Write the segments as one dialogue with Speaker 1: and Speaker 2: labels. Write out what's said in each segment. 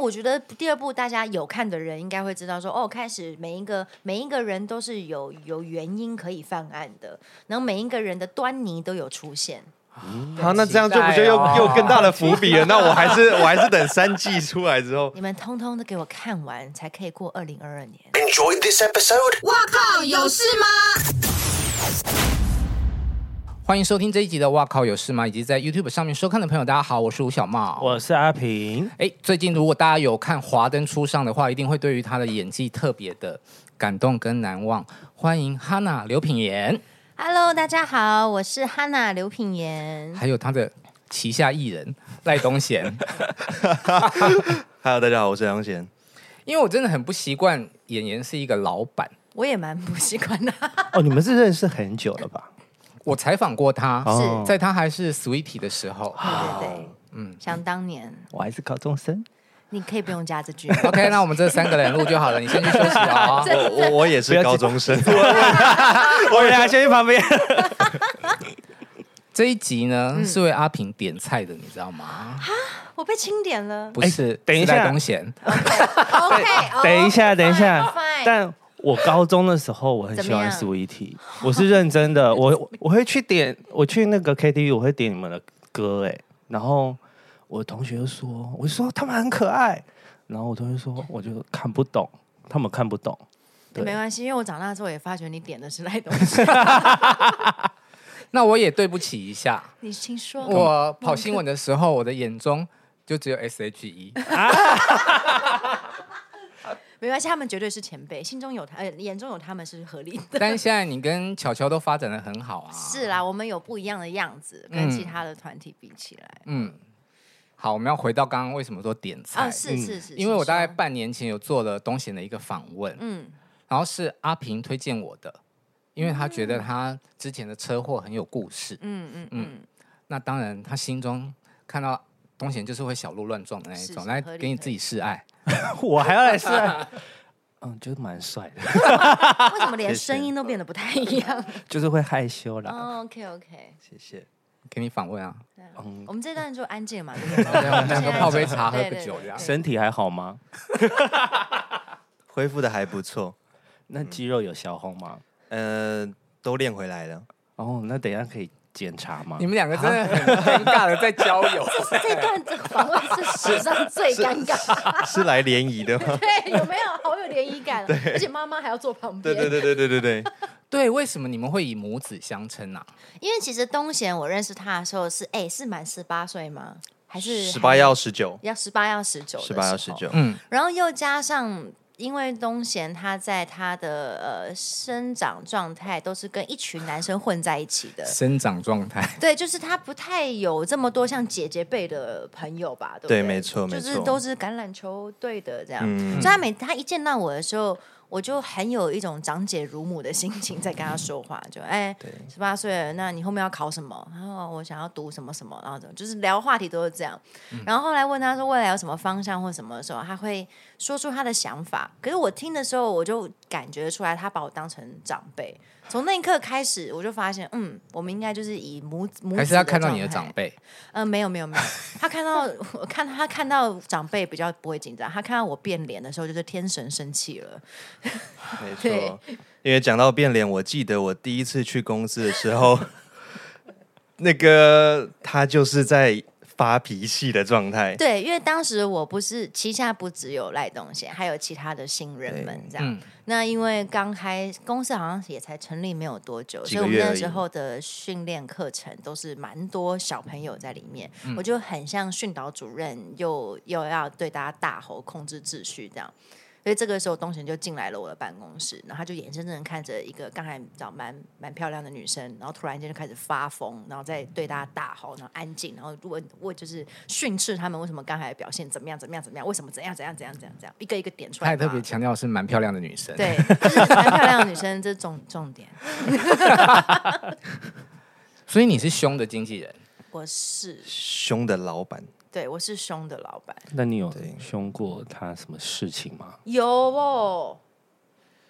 Speaker 1: 我觉得第二部大家有看的人应该会知道说，哦，开始每一个每一个人都是有有原因可以犯案的，然后每一个人的端倪都有出现。
Speaker 2: 好，那这样就不就又
Speaker 3: 期待哦
Speaker 2: 又更大的伏 笔了？那我还是我还是等三季出来之后，
Speaker 1: 你们通通都给我看完，才可以过二零二二年。
Speaker 4: Enjoyed this episode?
Speaker 5: 哇靠，有事吗？
Speaker 3: 欢迎收听这一集的《哇靠有事吗》，以及在 YouTube 上面收看的朋友，大家好，我是吴小茂。
Speaker 6: 我是阿平，
Speaker 3: 哎，最近如果大家有看《华灯初上》的话，一定会对于他的演技特别的感动跟难忘。欢迎哈娜刘品言，
Speaker 1: Hello，大家好，我是 Hanna 刘品言。
Speaker 3: 还有他的旗下艺人赖东 贤。
Speaker 2: Hello，大家好，我是杨贤。
Speaker 3: 因为我真的很不习惯演员是一个老板。
Speaker 1: 我也蛮不习惯 的，
Speaker 6: 哦，你们是认识很久了吧？
Speaker 3: 我采访过他，
Speaker 1: 哦
Speaker 3: 在他还是 Sweetie 的时候。
Speaker 6: 啊哦
Speaker 1: 对对对，嗯，想当年，
Speaker 6: 我还是高中生，
Speaker 1: 你可以不用加这 句。
Speaker 3: OK，那我们这三个人录就好了，你先去休息啊、哦。
Speaker 2: 我我我也是高中 生，
Speaker 6: 我们俩先去旁边。
Speaker 3: 这一集呢、
Speaker 6: 嗯
Speaker 3: 是为阿平点菜的，你知道吗？
Speaker 1: 我被清点了。
Speaker 3: 不是，
Speaker 6: 哎等一
Speaker 3: 是赖
Speaker 6: 下
Speaker 3: 东贤
Speaker 1: OK，哦
Speaker 6: 等一下，等一下
Speaker 1: fine，fine，
Speaker 6: 但我高中的时候，我很喜欢
Speaker 1: 怎
Speaker 6: Sweetie，我是认真 的，我我会去点，我去那个 KTV，我会点你们的歌，哎，然后我同学就说，我就说他们很可爱，然后我同学说，我就看不懂，他们看不懂，对
Speaker 1: 没关系，因为我长大之后也发觉你点的是那东 西。
Speaker 3: 那我也对不起一下，
Speaker 1: 你听说
Speaker 3: 我跑新闻的时候，我的眼中就只有 E SHE。
Speaker 1: 没关系，他们绝对是前辈，心中有他，呃，眼中有他们是合理的。
Speaker 3: 但现在你跟巧巧都发展的很好啊。
Speaker 1: 是啦，我们有不一样的样子，跟其他的团体比起来，
Speaker 3: 嗯，好，我们要回到刚刚为什么说点菜？
Speaker 1: 啊，是是是，
Speaker 3: 嗯因为我大概
Speaker 1: 是
Speaker 3: 半年前有做了东贤的一个访问，
Speaker 1: 嗯，
Speaker 3: 然后是阿平推荐我的，因为他觉得他之前的车祸很有故事。
Speaker 1: 嗯嗯嗯，
Speaker 3: 那当然，他心中看到东贤就是会小鹿乱撞的那一
Speaker 1: 是
Speaker 3: 种，
Speaker 1: 是
Speaker 3: 来
Speaker 1: 合理
Speaker 3: 给你
Speaker 1: 合
Speaker 3: 自己示爱。
Speaker 6: 我还要来试，嗯，就是蛮帅的，
Speaker 1: 为什么连声音都变得不太一 样哦
Speaker 6: 就是会害羞啦，
Speaker 1: ？OK OK，
Speaker 2: 谢谢。
Speaker 3: 给你访问啊，
Speaker 1: 我们这段就安静嘛，对
Speaker 3: 对我们两个泡杯茶喝个酒这样
Speaker 6: 身体还好吗？
Speaker 2: 恢复的还不错，
Speaker 6: 那肌肉有消红吗？
Speaker 2: 呃，都练回来了。
Speaker 6: 哦，那等一下可以检查吗？
Speaker 3: 你们两个真的很尴尬的在交 友。
Speaker 1: 这段这访问是史上最尴尬，
Speaker 2: 是来联谊 的吗？
Speaker 1: 对，有没有好有涟漪感？啊而且妈妈还要坐旁边，
Speaker 2: 对对对对对对对，
Speaker 3: 对，为什么你们会以母子相称啊？
Speaker 1: 因为其实东贤，我认识他的时候是，哎、是满十八岁吗？还是
Speaker 2: 十八
Speaker 1: 还
Speaker 2: 要十九，
Speaker 1: 要十八要十九？
Speaker 2: 十八要十九。
Speaker 3: 嗯，
Speaker 1: 然后又加上，因为东贤他在他的呃生长状态都是跟一群男生混在一起的，
Speaker 3: 生长状态。
Speaker 1: 对，就是他不太有这么多像姐姐辈的朋友吧，对不
Speaker 2: 对
Speaker 1: 对？
Speaker 2: 没错
Speaker 1: 就
Speaker 2: 没
Speaker 1: 是
Speaker 2: 错
Speaker 1: 都是橄榄球队的这样，
Speaker 2: 嗯
Speaker 1: 所以他每他一见到我的时候。我就很有一种长姐如母的心情在跟他说话，就哎，十八岁了，那你后面要考什么？然后我想要读什么什么，然后怎么，就是聊话题都是这样。
Speaker 3: 嗯
Speaker 1: 然后后来问他说未来有什么方向或什么的时候，他会说出他的想法。可是我听的时候，我就感觉出来他把我当成长辈。从那一刻开始，我就发现，嗯，我们应该就是以母母子
Speaker 3: 还是他看到你的
Speaker 1: 状态
Speaker 3: 长辈，
Speaker 1: 呃，没有没有没有，他看到我看他看到长辈比较不会紧张，他看到我变脸的时候就是天神生气了。
Speaker 2: 没
Speaker 1: 对
Speaker 2: 错，因为讲到变脸，我记得我第一次去公司的时候， 那个他就是在发脾气的状态。
Speaker 1: 对，因为当时我不是旗下不只有赖东贤，还有其他的新人们这样。
Speaker 3: 嗯
Speaker 1: 那因为刚开公司好像也才成立没有多久，
Speaker 2: 几
Speaker 1: 所以
Speaker 2: 个
Speaker 1: 我们
Speaker 2: 月
Speaker 1: 那
Speaker 2: 而已
Speaker 1: 时候的训练课程都是蛮多小朋友在里面，
Speaker 2: 嗯
Speaker 1: 我就很像训导主任，又又要对大家大吼控制秩序这样。所以这个时候，东贤就进来了我的办公室，然后他就眼睁睁地看着一个刚才长蛮蛮漂亮的女生，然后突然间就开始发疯，然后再对大家大吼，然后安静，然后问问就是训斥他们为什么刚才表现怎么样怎么样怎么样，为什么怎样怎样怎样怎样怎样，一个一个点出来
Speaker 3: 他也
Speaker 1: 骂。
Speaker 3: 特别强调是蛮漂亮的女生。，
Speaker 1: 对， 就是 蛮漂亮的女生，这是重重点。
Speaker 3: 所以你是凶的经纪人。
Speaker 1: 我是
Speaker 2: 凶的老板，
Speaker 1: 对，我是凶的老板，
Speaker 6: 那你有凶过他什么事情吗？
Speaker 1: 有哦。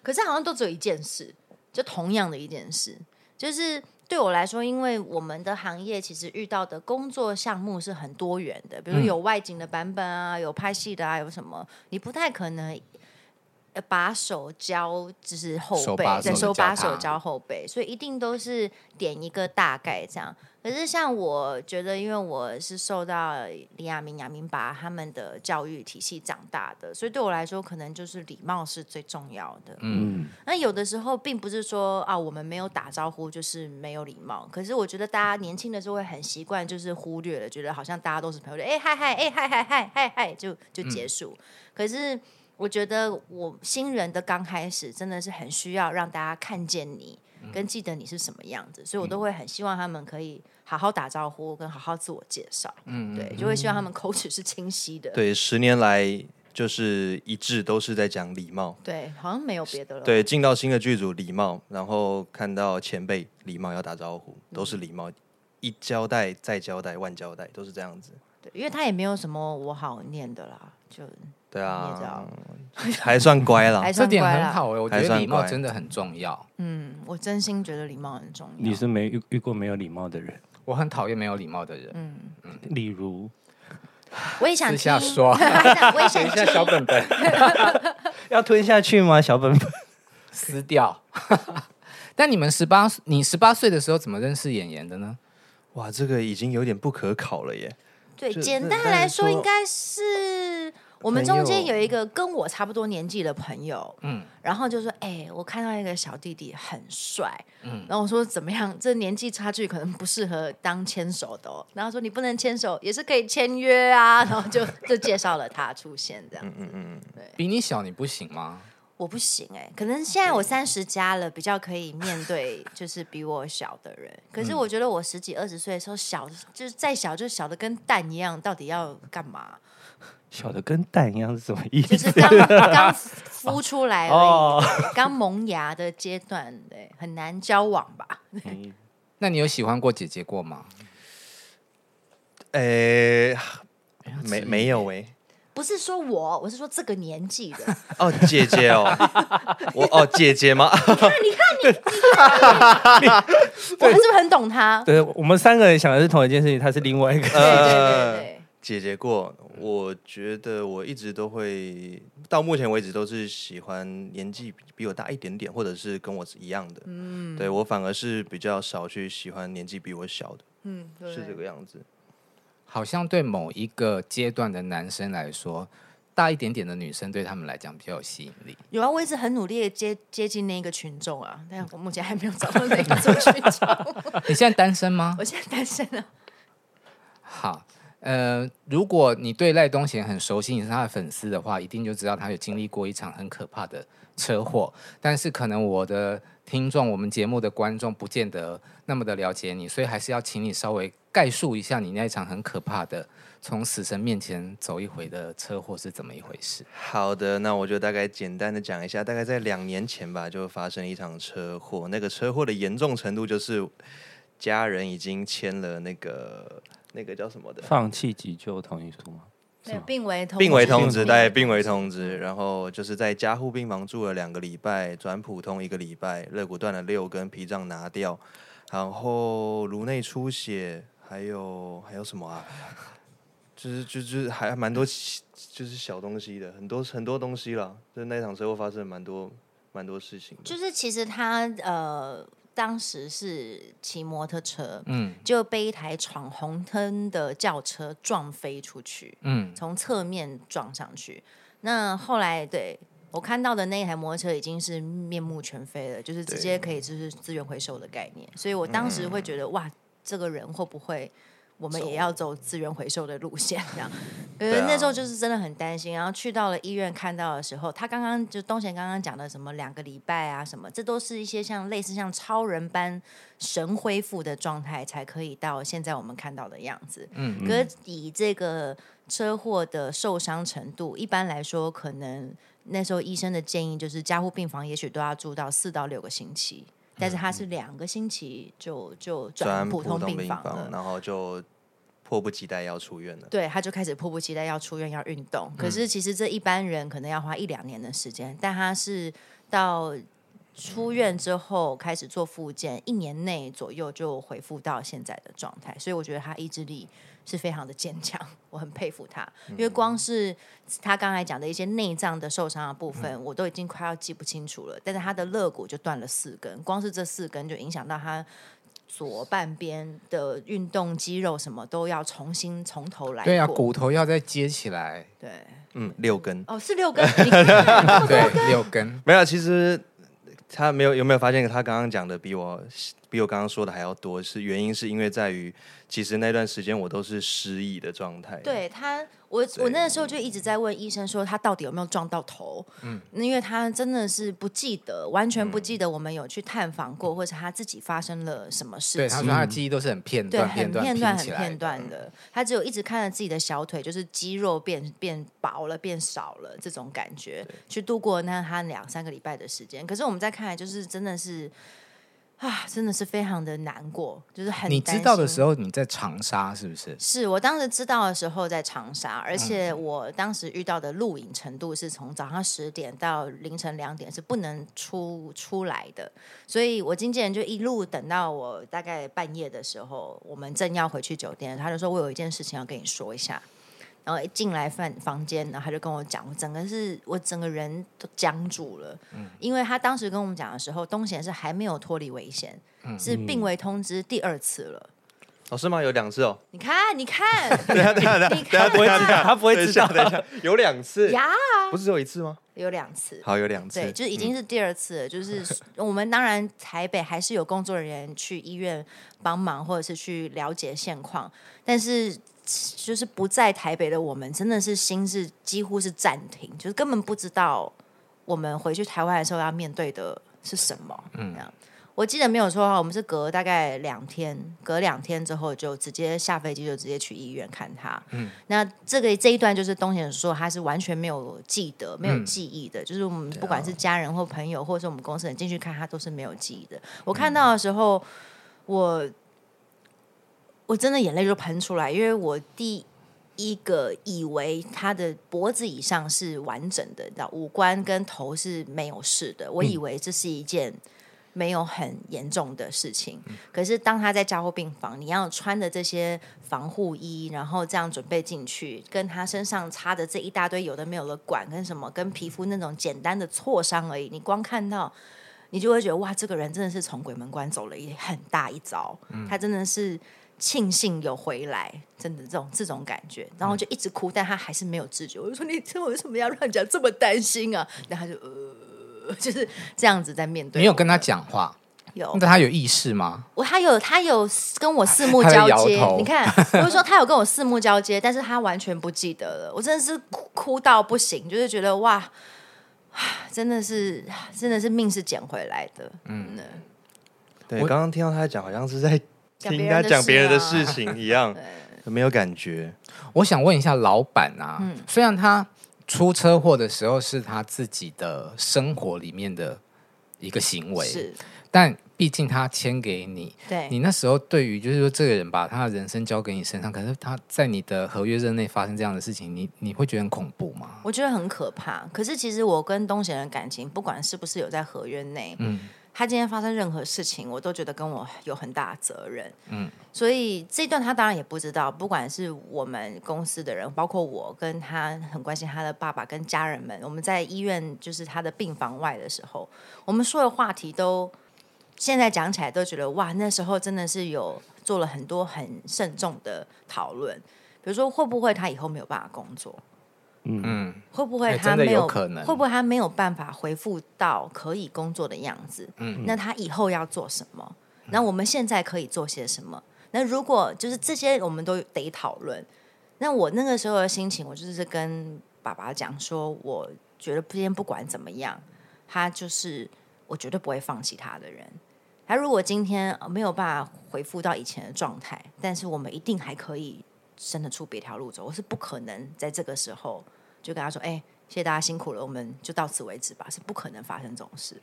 Speaker 1: 可是好像都只有一件事，就同样的一件事，就是对我来说，因为我们的行业其实遇到的工作项目是很多元的，
Speaker 3: 嗯
Speaker 1: 比如有外景的版本啊，有拍戏的啊，有什么，你不太可能呃把手教就是后
Speaker 3: 手
Speaker 1: 背，
Speaker 3: 把
Speaker 1: 对
Speaker 3: 手
Speaker 1: 手
Speaker 3: 教
Speaker 1: 把
Speaker 3: 他
Speaker 1: 手教后背，所以一定都是点一个大概这样。可是像我觉得，因为我是受到李亚明、亚明爸他们的教育体系长大的，所以对我来说，可能就是礼貌是最重要的。
Speaker 6: 嗯，
Speaker 1: 那有的时候并不是说啊，我们没有打招呼就是没有礼貌。可是我觉得大家年轻的时候会很习惯，就是忽略了，觉得好像大家都是朋友，就哎嗨嗨，哎嗨嗨嗨嗨嗨，就就结束。可是我觉得我新人的刚开始真的是很需要让大家看见你，跟记得你是什么样子，所以我都会很希望他们可以好好打招呼，跟好好自我介绍。嗯，对，就会希望他们口齿是清晰的。
Speaker 2: 对，十年来就是一致都是在讲礼貌。
Speaker 1: 对，好像没有别的了。
Speaker 2: 对，进到新的剧组礼貌，然后看到前辈礼貌要打招呼，
Speaker 1: 嗯
Speaker 2: 都是礼貌，一交代再交代万交代，都是这样子。
Speaker 1: 对，因为他也没有什么我好念的啦，就。
Speaker 2: 对
Speaker 1: 你也知道
Speaker 2: 啊，还算乖啦
Speaker 1: 还。
Speaker 3: 这
Speaker 1: 算
Speaker 3: 点
Speaker 1: 乖
Speaker 3: 很
Speaker 1: 啦。
Speaker 3: 好哎、我觉
Speaker 2: 还
Speaker 3: 得
Speaker 2: 算
Speaker 3: 礼貌
Speaker 2: 乖
Speaker 3: 真的很重要。
Speaker 1: 嗯，我真心觉得礼貌很重要。
Speaker 6: 你是没遇遇过没有礼貌的人，
Speaker 3: 我很讨厌没有礼貌的人。
Speaker 6: 例如
Speaker 1: 我也想
Speaker 3: 私
Speaker 1: 听，
Speaker 3: 下说
Speaker 1: 还想 我也想
Speaker 3: 等一下，
Speaker 1: 听。
Speaker 3: 小本本
Speaker 6: 要吞下去吗？小本本，
Speaker 3: 撕掉。 但你们十八，你十八岁的时候怎么认识演员的呢？
Speaker 2: 哇，这个已经有点不可考了耶。
Speaker 1: 对，
Speaker 2: 就
Speaker 1: 简
Speaker 2: 那
Speaker 1: 单
Speaker 2: 那
Speaker 1: 来
Speaker 2: 你
Speaker 1: 说，应
Speaker 2: 说
Speaker 1: 该是我们
Speaker 2: 朋
Speaker 1: 中间
Speaker 2: 友
Speaker 1: 有一个跟我差不多年纪的朋友，
Speaker 3: 嗯
Speaker 1: 嗯，然后就说：“哎、我看到一个小弟弟很帅，
Speaker 3: 嗯
Speaker 1: 嗯，然后我说怎么样？这年纪差距可能不适合当牵手的、哦。”然后说：“你不能牵手，也是可以签约啊。”然后就就介绍了他出现这样。
Speaker 3: 比你小，你不行吗？
Speaker 1: 我不行哎、可能现在我三十加了，比较可以面对就是比我小的人。可是我觉得我十几二十岁的时候小，就是再小就小的跟蛋一样，到底要干嘛？
Speaker 6: 小的跟蛋一样是什么意
Speaker 1: 就是
Speaker 6: 思？
Speaker 1: 刚刚孵出来而
Speaker 6: 哦，
Speaker 1: 已，刚萌芽的阶段，对，很难交往吧？
Speaker 3: 那你有喜欢过姐姐过吗？
Speaker 2: 诶，没
Speaker 3: 质疑
Speaker 2: 没有诶。
Speaker 1: 不是说我，我是说这个年纪的，
Speaker 2: 哦，姐姐哦，我哦姐姐吗？
Speaker 1: 我们是不是很懂他？
Speaker 6: 对，我们三个人想的是同一件事情，他是另外一个。
Speaker 1: 对对
Speaker 2: 呃
Speaker 1: 对对，
Speaker 2: 姐姐过，我觉得我一直都会，到目前为止都是喜欢年纪比比我大一点点，或者是跟我是一样的。嗯，对我反而是比较少去喜欢年纪比我小的，
Speaker 1: 嗯，对
Speaker 2: 是这个样子。
Speaker 3: 好像对某一个阶段的男生来说，大一点点的女生对他们来讲比较有吸引力。
Speaker 1: 有啊，我一直很努力的接接近那个群众啊，但我目前还没有找到那个族群众。
Speaker 3: 你现在单身 吗
Speaker 1: 我？现在单身啊，
Speaker 3: 好，呃，如果你对赖东贤很熟悉，你是他的粉丝的话，一定就知道他有经历过一场很可怕的车祸。但是可能我的听众，我们节目的观众不见得那么的了解你，所以还是要请你稍微概述一下你那一场很可怕的从死神面前走一回的车祸是怎么一回事。
Speaker 2: 好的，那我就大概简单的讲一下，大概在两年前吧，就发生了一场车祸。那个车祸的严重程度就是，家人已经签了那个那个叫什么的
Speaker 6: 放弃急救同意书吗？是吗
Speaker 1: 病危通
Speaker 2: 病危通
Speaker 1: 知
Speaker 2: 知，对，病危通知。然后就是在加护病房住了两个礼拜，转普通一个礼拜，肋骨断了六根，脾脏拿掉，然后颅内出血，还有还有什么啊？就是就就是还蛮多其就是小东西的，很多很多东西啦。就是那场车祸发生了蛮多蛮多事情的。
Speaker 1: 就是其实他呃，当时是骑摩托车，
Speaker 3: 嗯
Speaker 1: 就被一台闯红灯的轿车撞飞出去，
Speaker 3: 嗯，
Speaker 1: 从侧面撞上去。那后来对。我看到的那一台摩托车已经是面目全非了，就是直接可以就是资源回收的概念，所以我当时会觉得、哇，这个人会不会我们也要走资源回收的路线这样？可
Speaker 2: 对
Speaker 1: 是
Speaker 2: 啊
Speaker 1: 那时候就是真的很担心，然后去到了医院看到的时候，他刚刚就东贤刚刚讲的什么两个礼拜啊什么，这都是一些像类似像超人般神恢复的状态才可以到现在我们看到的样子。嗯，可是以这个车祸的受伤程度，一般来说可能那时候医生的建议就是加护病房也许都要住到四到六个星期。但是他是两个星期就就转
Speaker 2: 转
Speaker 1: 普
Speaker 2: 普
Speaker 1: 通
Speaker 2: 通病
Speaker 1: 房了
Speaker 2: 房，，然后就迫不及待要出院了。
Speaker 1: 对，他就开始迫不及待要出院要运动。可是其实这一般人可能要花一两年的时间，但他是到出院之后开始做复健，一年内左右就恢复到现在的状态，所以我觉得他意志力是非常的坚强，我很佩服他。因
Speaker 3: 嗯
Speaker 1: 为光是他刚才讲的一些内脏的受伤的部
Speaker 3: 嗯
Speaker 1: 分，我都已经快要记不清楚了，但是他的肋骨就断了四根，光是这四根就影响到他。左半边的运动肌肉什么都要重新从头来过。
Speaker 3: 对啊，骨头要再接起来，
Speaker 1: 对
Speaker 2: 嗯，六根
Speaker 1: 哦，是六根，啊你看
Speaker 3: 对，六根。
Speaker 2: 没有。啊其实他没有有没有发现他刚刚讲的比我比我刚刚说的还要多？是原因是因为在于，其实那段时间我都是失忆的状态。，
Speaker 1: 对他，我我那时候就一直在问医生说他到底有没有撞到头，嗯，因为他真的是不记得，完全
Speaker 3: 嗯
Speaker 1: 不记得我们有去探访过，或者他自己发生了什么事
Speaker 3: 对，
Speaker 1: 情
Speaker 3: 他。说他的记忆都是很片
Speaker 1: 对，
Speaker 3: 段、
Speaker 1: 很
Speaker 3: 段、
Speaker 1: 片段、
Speaker 3: 拼
Speaker 1: 很
Speaker 3: 起来
Speaker 1: 片
Speaker 3: 的。嗯
Speaker 1: 段的，他只有一直看着自己的小腿，就是肌肉变变薄了、变少了这种感觉，去度过那他两三个礼拜的时间。可是我们再看来，就是真的是啊，真的是非常的难过，就是很
Speaker 3: 你知道的
Speaker 1: 候。
Speaker 3: 时候你在长沙是不是？
Speaker 1: 是我当时知道的时候在长沙，而且我当时遇到的录影程度是从早上十点到凌晨两点是不能出出来的，所以我经纪人就一路等到我大概半夜的时候，我们正要回去酒店，他就说我有一件事情要跟你说一下。然后一进来饭房间，然后他就跟我讲，我整个是我整个人都僵住了，因为他当时跟我们讲的时候，东贤是还没有脱离危险，是病危通知第二次了。
Speaker 2: 哦，是吗？有两次哦。
Speaker 1: 你看，你看，你
Speaker 6: 他
Speaker 1: 看
Speaker 6: 不会知道，
Speaker 1: 啊，
Speaker 6: 他不 会
Speaker 2: 等一
Speaker 6: 知
Speaker 2: 下，
Speaker 6: 道。
Speaker 2: 等一下，有两次，
Speaker 1: 呀，
Speaker 2: 不是只有一次吗？
Speaker 1: 有两次。
Speaker 2: 好，有两次。
Speaker 1: 对，就是已经是第二次了。就是我们当然台北还是有工作人员去医院帮忙，或者是去了解现况，但是就是不在台北的我们，真的是心是几乎是暂停，就是根本不知道我们回去台湾的时候要面对的是什么。嗯，这样我记得没有错的话，我们是隔大概两天，隔两天之后就直接下飞机，就直接去医院看他。嗯，那这个这一段就是东贤说他是完全没有记得、没有记忆的，就是我们不管是家人或朋友，或者是我们公司人进去看他都是没有记忆的。我看到的时候，我我真的眼泪就喷出来，因为我第一个以为他的脖子以上是完整的，你知道五官跟头是没有事的，我以为这是一件没有很严重的事情。可是当他在加护病房，你要穿的这些防护衣，然后这样准备进去，跟他身上插的这一大堆有的没有的管跟什么，跟皮肤那种简单的挫伤而已，你光看到。你就会觉得哇，这个人真的是从鬼门关走了一很大一遭，
Speaker 3: 嗯
Speaker 1: 他真的是庆幸有回来，真的这种这种感觉，然后就一直哭，但他还是没有知觉。我就说你这为什么要乱讲，这么担心啊？然后他就呃， 就是这样子在面对我。
Speaker 3: 你有跟他讲话，
Speaker 1: 有
Speaker 3: 但他有意识吗？
Speaker 1: 我他有他有跟我四目交
Speaker 3: 他在
Speaker 1: 接
Speaker 3: 摇头，
Speaker 1: 你 看，我就说他有跟我四目交接，但是他完全不记得了，我真的是哭哭到不行，就是觉得哇， 啊真的是真的是命是捡回来的，嗯，
Speaker 2: 对，
Speaker 3: 我
Speaker 2: 刚刚听到他讲，好像是在
Speaker 1: 讲
Speaker 2: 听
Speaker 1: 别
Speaker 2: 他
Speaker 1: 人的啊
Speaker 2: 讲
Speaker 1: 事
Speaker 2: 别人的
Speaker 1: 啊
Speaker 2: 事情一样，没有感觉。
Speaker 3: 我想问一下老板啊，
Speaker 1: 嗯
Speaker 3: 虽然他出车祸的时候是他自己的生活里面的一个行为，
Speaker 1: 是，
Speaker 3: 但毕竟他签给你，
Speaker 1: 对，
Speaker 3: 你那时候对于就是说这个人把他的人生交给你身上，可是他在你的合约任内发生这样的事情，你你会觉得很恐怖吗？
Speaker 1: 我觉得很可怕。可是其实我跟东贤的感情，不管是不是有在合约内，
Speaker 3: 嗯，
Speaker 1: 他今天发生任何事情，我都觉得跟我有很大的责任。嗯，所以这段他当然也不知道，不管是我们公司的人，包括我跟他很关心他的爸爸跟家人们，我们在医院就是他的病房外的时候，我们说的话题都现在讲起来都觉得哇，那时候真的是有做了很多很慎重的讨论，比如说会不会他以后没有办法工作，
Speaker 3: 嗯，
Speaker 1: 会不
Speaker 3: 哎
Speaker 1: 会他
Speaker 3: 真的
Speaker 1: 没
Speaker 3: 有可能
Speaker 1: 会不会他没有办法恢复到可以工作的样子？嗯，那他以后要做什么？那我们现在可以做些什么？那如果就是这些，我们都得讨论。那我那个时候的心情，我就是跟爸爸讲说，我觉得今天不管怎么样，他就是我绝对不会放弃他的人。他如果今天呃没有办法恢复到以前的状态，但是我们一定还可以生得出别条路走。我是不可能在这个时候就跟他说：“哎、谢谢大家辛苦了，我们就到此为止吧。”是不可能发生这种事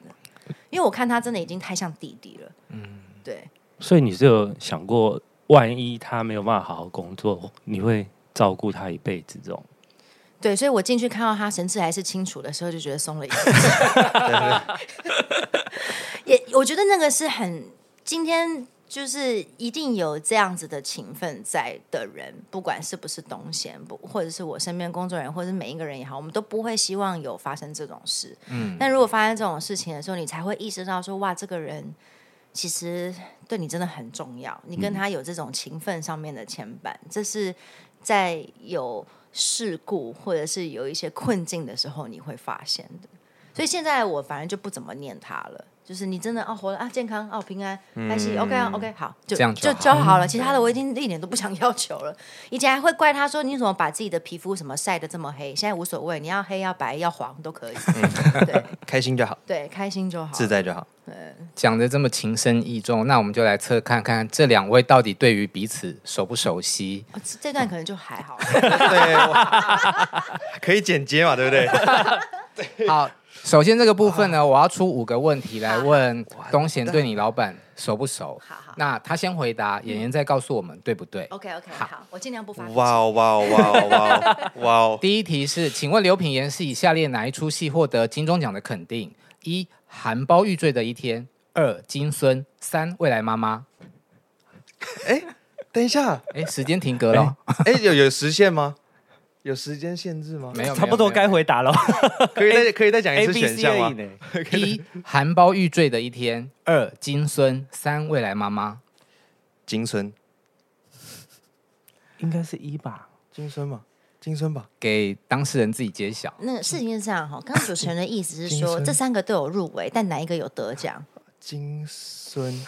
Speaker 1: 的，因为我看他真的已经太像弟弟了。嗯，对，
Speaker 6: 所以你是有想过，万一他没有办法好好工作，你会照顾他一辈子这种？
Speaker 1: 对，所以我进去看到他神志还是清楚的时候，就觉得松了一口气。 也，我觉得那个是很今天就是一定有这样子的情分在的人，不管是不是东贤，不或者是我身边工作人员，或者是每一个人也好，我们都不会希望有发生这种事。嗯，但如果发生这种事情的时候，你才会意识到说，哇，这个人其实对你真的很重要，你跟他有这种情分上面的牵绊，这是在有事故或者是有一些困境的时候你会发现的。所以现在我反正就不怎么念他了。就是你真的哦活了啊健康哦平安开心、OK 啊 OK 好就
Speaker 3: 这样就
Speaker 1: 就
Speaker 3: 好
Speaker 1: 就好了，其他的我已经一点都不想 要求了。以前还会怪他说你怎么把自己的皮肤什么晒得这么黑，现在无所谓，你要黑要白要黄都可以，对
Speaker 2: 开心就好，
Speaker 1: 对开心就好。
Speaker 2: 自在 就好。
Speaker 3: 讲的这么情深意重，那我们就来测看看这两位到底对于彼此熟不熟悉。
Speaker 1: 哦这这段可能就还好。
Speaker 2: 对，我 可以剪接嘛，对不 对？
Speaker 3: 好，首先这个部分
Speaker 1: 哦
Speaker 3: 呢，我要出五个问题来问东贤对你老板熟不熟
Speaker 1: 好嗯好。
Speaker 3: 那他先回答，演员再告诉我们对不对。
Speaker 1: OK OK，
Speaker 3: 好
Speaker 1: 好，我尽量不发脾气。
Speaker 2: 哇哦哇哦哇哦哇哦哇哦！
Speaker 3: 第一题是，请问刘品言是以下列哪一出戏获得金钟奖的肯定？一《含苞欲坠的一天》，二《金孙》，三《未来妈妈
Speaker 2: 等一下，》。
Speaker 3: 哎，时间停格了，
Speaker 2: 哎，有有时限吗？有时间限制吗？
Speaker 3: 没有，
Speaker 6: 差不多该回答了。
Speaker 2: 可以再可以再讲一
Speaker 6: A
Speaker 2: 次
Speaker 6: B
Speaker 2: 选
Speaker 6: C
Speaker 2: 项
Speaker 6: 而已
Speaker 2: 吗？
Speaker 6: 呢。
Speaker 3: 没有。一《含苞欲坠的一天》，二《金孙》，三《未来妈妈
Speaker 2: 金孙，
Speaker 6: 应该是一吧。
Speaker 2: 金孙嘛，金孙吧》，。
Speaker 3: 给当事人自己揭晓。
Speaker 1: 那个事情是这样哈，刚刚主持人的意思是
Speaker 2: 金
Speaker 1: 说
Speaker 2: 身
Speaker 1: 这三个都有入围，但哪一个有得 奖？
Speaker 2: 金孙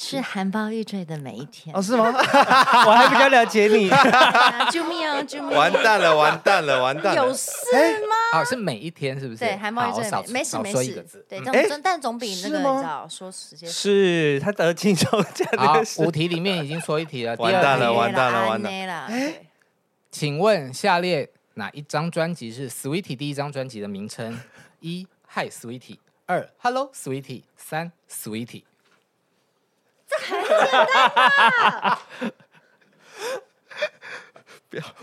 Speaker 1: 是含苞欲坠的每一天
Speaker 2: 哦，。是吗？
Speaker 6: 我还比较了解你。
Speaker 1: 啊救命 啊！救命！
Speaker 2: 完蛋了，完蛋了，完蛋
Speaker 1: 有
Speaker 2: 了！
Speaker 1: 事吗？
Speaker 3: 哦，是每一天是不是？
Speaker 1: 啊对，含苞
Speaker 3: 好
Speaker 1: 欲
Speaker 3: 少
Speaker 1: 坠没事
Speaker 3: 少
Speaker 1: 没
Speaker 3: 说一个字
Speaker 1: 事。。对，
Speaker 2: 哎
Speaker 1: 但总但总比那个
Speaker 2: 是
Speaker 1: 你
Speaker 2: 吗
Speaker 1: 知道说时间
Speaker 6: 是他得金钟奖
Speaker 3: 好
Speaker 6: 的，
Speaker 3: 五
Speaker 6: 事，
Speaker 3: 题里面已经说 一题了。第
Speaker 2: 完蛋
Speaker 3: 二
Speaker 2: 了
Speaker 3: 题，
Speaker 2: 完蛋了哎
Speaker 1: 安
Speaker 2: 完蛋
Speaker 1: 内啦。对
Speaker 3: 请问下列哪一张专辑是 Sweetie 第一张专辑的名称？一 Hi Sweetie，二 Hello Sweetie，三 Sweetie。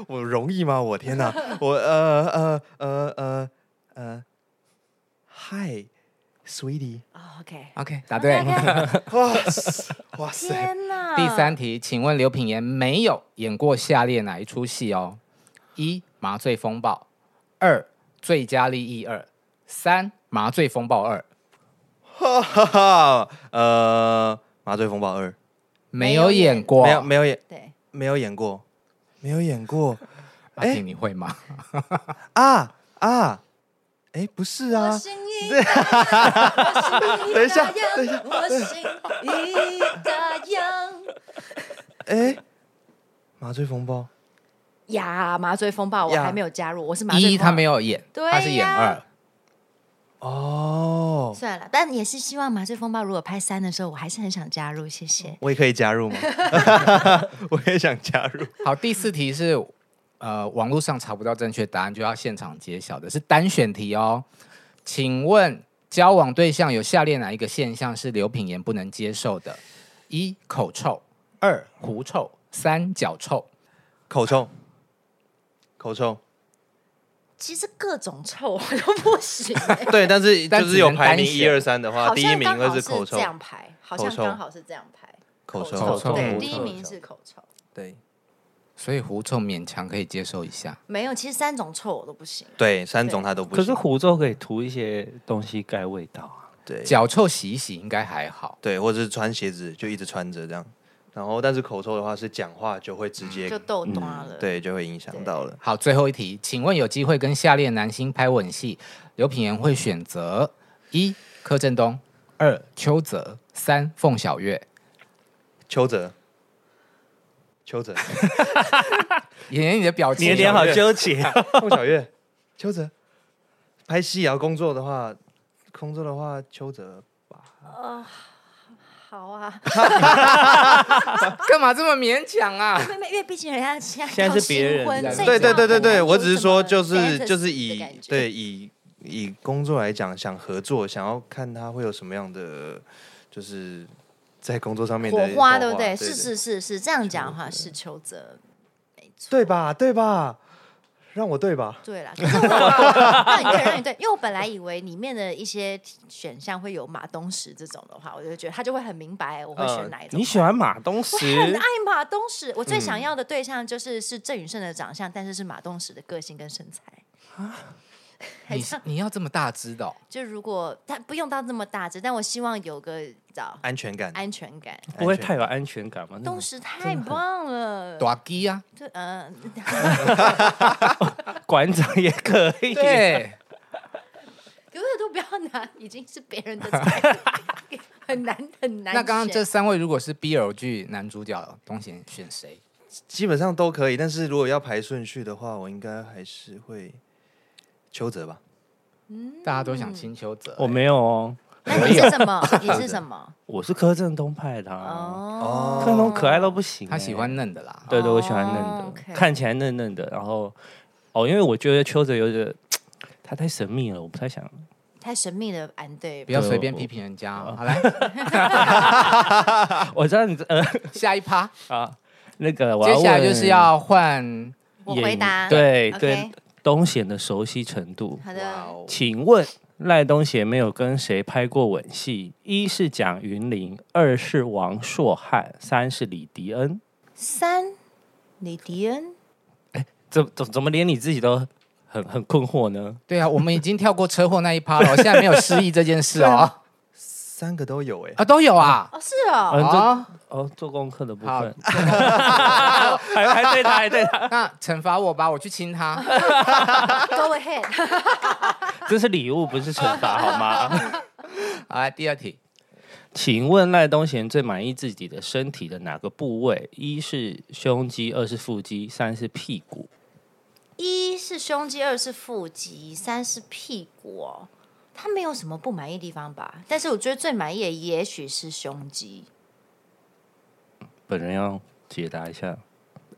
Speaker 2: 我容易吗？我 天哪！我呃呃呃呃呃嗨 s w e e t i e
Speaker 1: 哦，OK。
Speaker 3: OK，答对。
Speaker 2: 哇塞哇塞！
Speaker 1: 天哪！
Speaker 3: 第三
Speaker 1: 嗯
Speaker 3: 题，请问刘品言没有演过下列哪一出戏哦？一麻醉风暴，二最佳利益二，三麻醉风暴二，
Speaker 2: 哈哈哈，呃，麻醉风暴二
Speaker 3: 没有演过。
Speaker 2: 没有没有演
Speaker 1: 对，
Speaker 2: 没有演过，没有演过
Speaker 3: 阿婷，你会吗？
Speaker 2: 啊啊！哎，不是啊，
Speaker 1: 我心一个，
Speaker 2: 等一下
Speaker 1: 等一下，我心一个样。
Speaker 2: 哎，麻醉风暴
Speaker 1: 呀，麻醉风暴我
Speaker 2: 呀
Speaker 1: 还没有加入，我是麻醉风暴
Speaker 3: 一他没有演，
Speaker 1: 对
Speaker 3: 他是演
Speaker 1: 呀
Speaker 3: 二。
Speaker 2: 哦，
Speaker 1: 算了，但也是希望麻醉风暴如果拍三的时候，我还是很想加入，谢
Speaker 6: 嗯
Speaker 1: 谢。
Speaker 2: 我也可以加入吗？我也想加入。
Speaker 3: 好，第四题是，呃，网络上查不到正确答案就要现场揭晓的，是单选题哦。请问交往对象有下列哪一个现象是刘品言不能接受的？一口臭，二狐臭，三脚臭。
Speaker 2: 口臭，口臭，，
Speaker 1: 其实各种臭 我都不行、欸
Speaker 2: 对，但是
Speaker 3: 但
Speaker 2: 就
Speaker 3: 只
Speaker 2: 是有
Speaker 3: 能
Speaker 2: 排
Speaker 3: 单
Speaker 2: 名
Speaker 3: 选
Speaker 2: 一二三的话，
Speaker 1: 好
Speaker 2: 第一
Speaker 1: 像
Speaker 2: 名
Speaker 1: 刚
Speaker 2: 应该
Speaker 1: 好
Speaker 2: 口
Speaker 1: 这
Speaker 2: 臭，
Speaker 1: 样排，好像
Speaker 2: 口臭
Speaker 1: 刚好是这样排。
Speaker 2: 口臭，
Speaker 3: 口臭
Speaker 1: 对，
Speaker 3: 口
Speaker 1: 第一
Speaker 3: 臭
Speaker 1: 名是口臭，
Speaker 2: 对
Speaker 3: 所以狐臭勉强可以接受一下。
Speaker 1: 没有，其实三种臭我都不行。
Speaker 2: 对，三种他都不
Speaker 6: 可是
Speaker 2: 行，
Speaker 6: 湖州可以涂一些东西盖味道啊。
Speaker 2: 对
Speaker 3: 脚臭洗一洗应该还好。
Speaker 2: 对，或者是穿鞋子就一直穿着这样，然后但是口臭的话是讲话就会直接
Speaker 1: 嗯就豆端了，，
Speaker 2: 嗯对就会影响到了。
Speaker 3: 好，最后一题，请问有机会跟下列男星拍吻戏，刘品言会选择一柯震东，二邱泽，三凤小岳。
Speaker 2: 邱泽，邱泽，
Speaker 3: 演员你的表情，
Speaker 6: 你的脸好纠结，
Speaker 2: 凤小岳，邱泽，拍戏也要工作的话，工作的话邱泽
Speaker 1: 好啊，
Speaker 3: 干嘛这么勉强啊？
Speaker 1: 妹妹，因为毕竟人家现在
Speaker 6: 现在
Speaker 1: 靠
Speaker 6: 是别人
Speaker 1: 新婚
Speaker 6: 的
Speaker 1: 所以
Speaker 2: 对对
Speaker 1: 这样
Speaker 2: 对对
Speaker 1: 本来
Speaker 2: 对，我只是
Speaker 1: 什么
Speaker 2: 说就是
Speaker 1: fantasy
Speaker 2: 就是
Speaker 1: 的
Speaker 2: 以
Speaker 1: 感觉
Speaker 2: 对以以工作来讲，想合作，想要看他会有什么样的，就是在工作上面的
Speaker 1: 火花，对不对？
Speaker 2: 对
Speaker 1: 是是是是，这样讲的话是邱泽没错。
Speaker 4: 对吧？对吧？让我对吧？
Speaker 1: 对啦， 可是我让你对，让你对，因为我本来以为里面的一些选项会有马东石这种的话，我就觉得他就会很明白我会选哪一种。
Speaker 6: 呃你喜欢嗯马东 石？
Speaker 1: 很爱马东石，我最想要的对象就是是郑宇盛的长相，但是是马东石的个性跟身材。 很
Speaker 6: 啊
Speaker 3: 你
Speaker 1: 像，
Speaker 3: 你要这么大只的哦、
Speaker 1: 就如果但不用到这么大只，但我希望有个找
Speaker 2: 安全感，
Speaker 1: 安全感。
Speaker 6: 不会太有安全感吗？那
Speaker 1: 东
Speaker 6: 种
Speaker 1: 石太棒了，
Speaker 3: 大鸡啊呀、
Speaker 1: 对，嗯、
Speaker 6: 馆长也可 以。
Speaker 3: 对，
Speaker 1: 永远都不要拿已经是别 人的菜，很难很难选。
Speaker 3: 那刚刚这三位如果是 BL 剧男主角，东贤选谁？
Speaker 2: 基本上都可以。但是如果要排顺序的话，我应该还是会邱泽吧。
Speaker 1: 嗯
Speaker 3: 大家都想青丘泽、
Speaker 6: 我没有哦，
Speaker 1: 那你是什么？你是什么？
Speaker 6: 我是柯震东派的、啊，
Speaker 1: 哦，
Speaker 6: 柯震东可爱到不行、
Speaker 3: 欸
Speaker 6: 欸
Speaker 3: 他喜欢。嫩的啦。
Speaker 6: 对对，我喜欢嫩
Speaker 1: 哦
Speaker 6: 的，
Speaker 1: ，OK
Speaker 6: 看起来嫩嫩的。然后哦，因为我觉得邱泽有点他太神秘了，我不太想。
Speaker 1: 太神秘的安对
Speaker 3: 不。要
Speaker 6: 对
Speaker 3: 随便
Speaker 6: 我
Speaker 3: 批评人家、哦。好来，啊
Speaker 6: 我知道你呃
Speaker 3: 下一趴，
Speaker 6: 啊，那个 我
Speaker 3: 接
Speaker 6: 要
Speaker 3: 下来
Speaker 6: 问
Speaker 3: 就是要换。
Speaker 1: 我回答，
Speaker 6: 对
Speaker 1: OK
Speaker 6: 对，东贤的熟悉程度。
Speaker 1: 好
Speaker 3: 哇
Speaker 1: 的，
Speaker 3: 哦，
Speaker 6: 请问赖东贤没有跟谁拍过吻戏？一是蒋云林，二是王硕汉，三是李迪恩。
Speaker 1: 三李迪恩，
Speaker 6: 怎怎怎么连你自己都很很困惑呢？
Speaker 3: 对啊，我们已经跳过车祸那一趴了，现 在没有失忆这件事
Speaker 6: 啊
Speaker 3: 哦。
Speaker 2: 三个都有哎、
Speaker 3: 啊，都有啊。
Speaker 1: 哦，是哦，
Speaker 6: 嗯这
Speaker 3: 哦，
Speaker 6: 哦，做功课的部
Speaker 3: 好
Speaker 6: 分， 还还对他，还对他，
Speaker 3: 那惩罚我吧，我去亲他。
Speaker 1: go ahead，
Speaker 6: 这是礼物，不是惩罚，好吗？
Speaker 3: 好，来第二题，
Speaker 6: 请问赖东贤最满意自己的身体的哪个部位？一是胸肌，二是腹肌，三是屁股。
Speaker 1: 一是胸肌，二是腹肌，三是屁股哦。他没有什么不满意的地方吧？但是我觉得最满意的也许是胸肌。
Speaker 6: 本人要解答一下。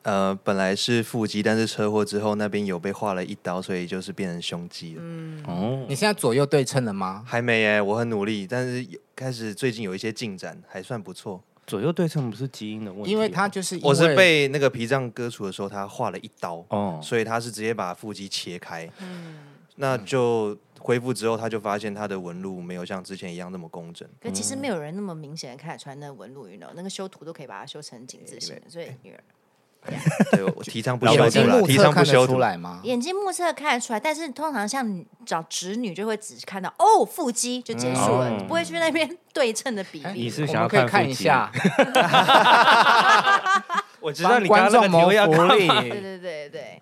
Speaker 2: 呃，本来是腹肌，但是车祸之后那边有被划了一刀，所以就是变成胸肌了。
Speaker 3: 嗯
Speaker 6: 哦，
Speaker 3: 你现在左右对称了吗？
Speaker 2: 还没哎、我很努力，但是有开始最近有一些进展，还算不错。
Speaker 6: 左右对称不是基因的问题吗，啊
Speaker 3: 因为他就是因
Speaker 2: 我是
Speaker 3: 为
Speaker 2: 被那个脾脏割除的时候，他划了一刀，
Speaker 6: 哦
Speaker 2: 所以他是直接把腹肌切开。
Speaker 3: 嗯
Speaker 2: 那就恢复之后，他就发现他的纹路没有像之前一样那么工整。
Speaker 1: 可其实没有人那么明显的看得出来那纹路，you know，那个修图都可以把它修成紧致型
Speaker 6: 哎
Speaker 1: 的，所以女儿
Speaker 2: 对我 提倡不
Speaker 6: 眼
Speaker 2: 修
Speaker 3: 眼
Speaker 2: 图
Speaker 3: 睛
Speaker 2: 啦，
Speaker 3: 目
Speaker 2: 提
Speaker 3: 测
Speaker 2: 倡不
Speaker 3: 看得
Speaker 2: 修
Speaker 3: 出
Speaker 2: 图。
Speaker 3: 来吗？
Speaker 1: 眼睛目测看得出来，但是通常像找直女就会只看到哦腹肌就结束了，
Speaker 6: 嗯哎
Speaker 1: 不会去那边 对称的比
Speaker 6: 你
Speaker 1: 例。
Speaker 6: 是
Speaker 3: 我们
Speaker 6: 想要
Speaker 3: 可以
Speaker 6: 看
Speaker 3: 看
Speaker 6: 腹
Speaker 3: 一
Speaker 6: 肌
Speaker 3: 下，
Speaker 6: 我知
Speaker 3: 帮观众谋福
Speaker 1: 对
Speaker 3: 利。
Speaker 1: 对对对，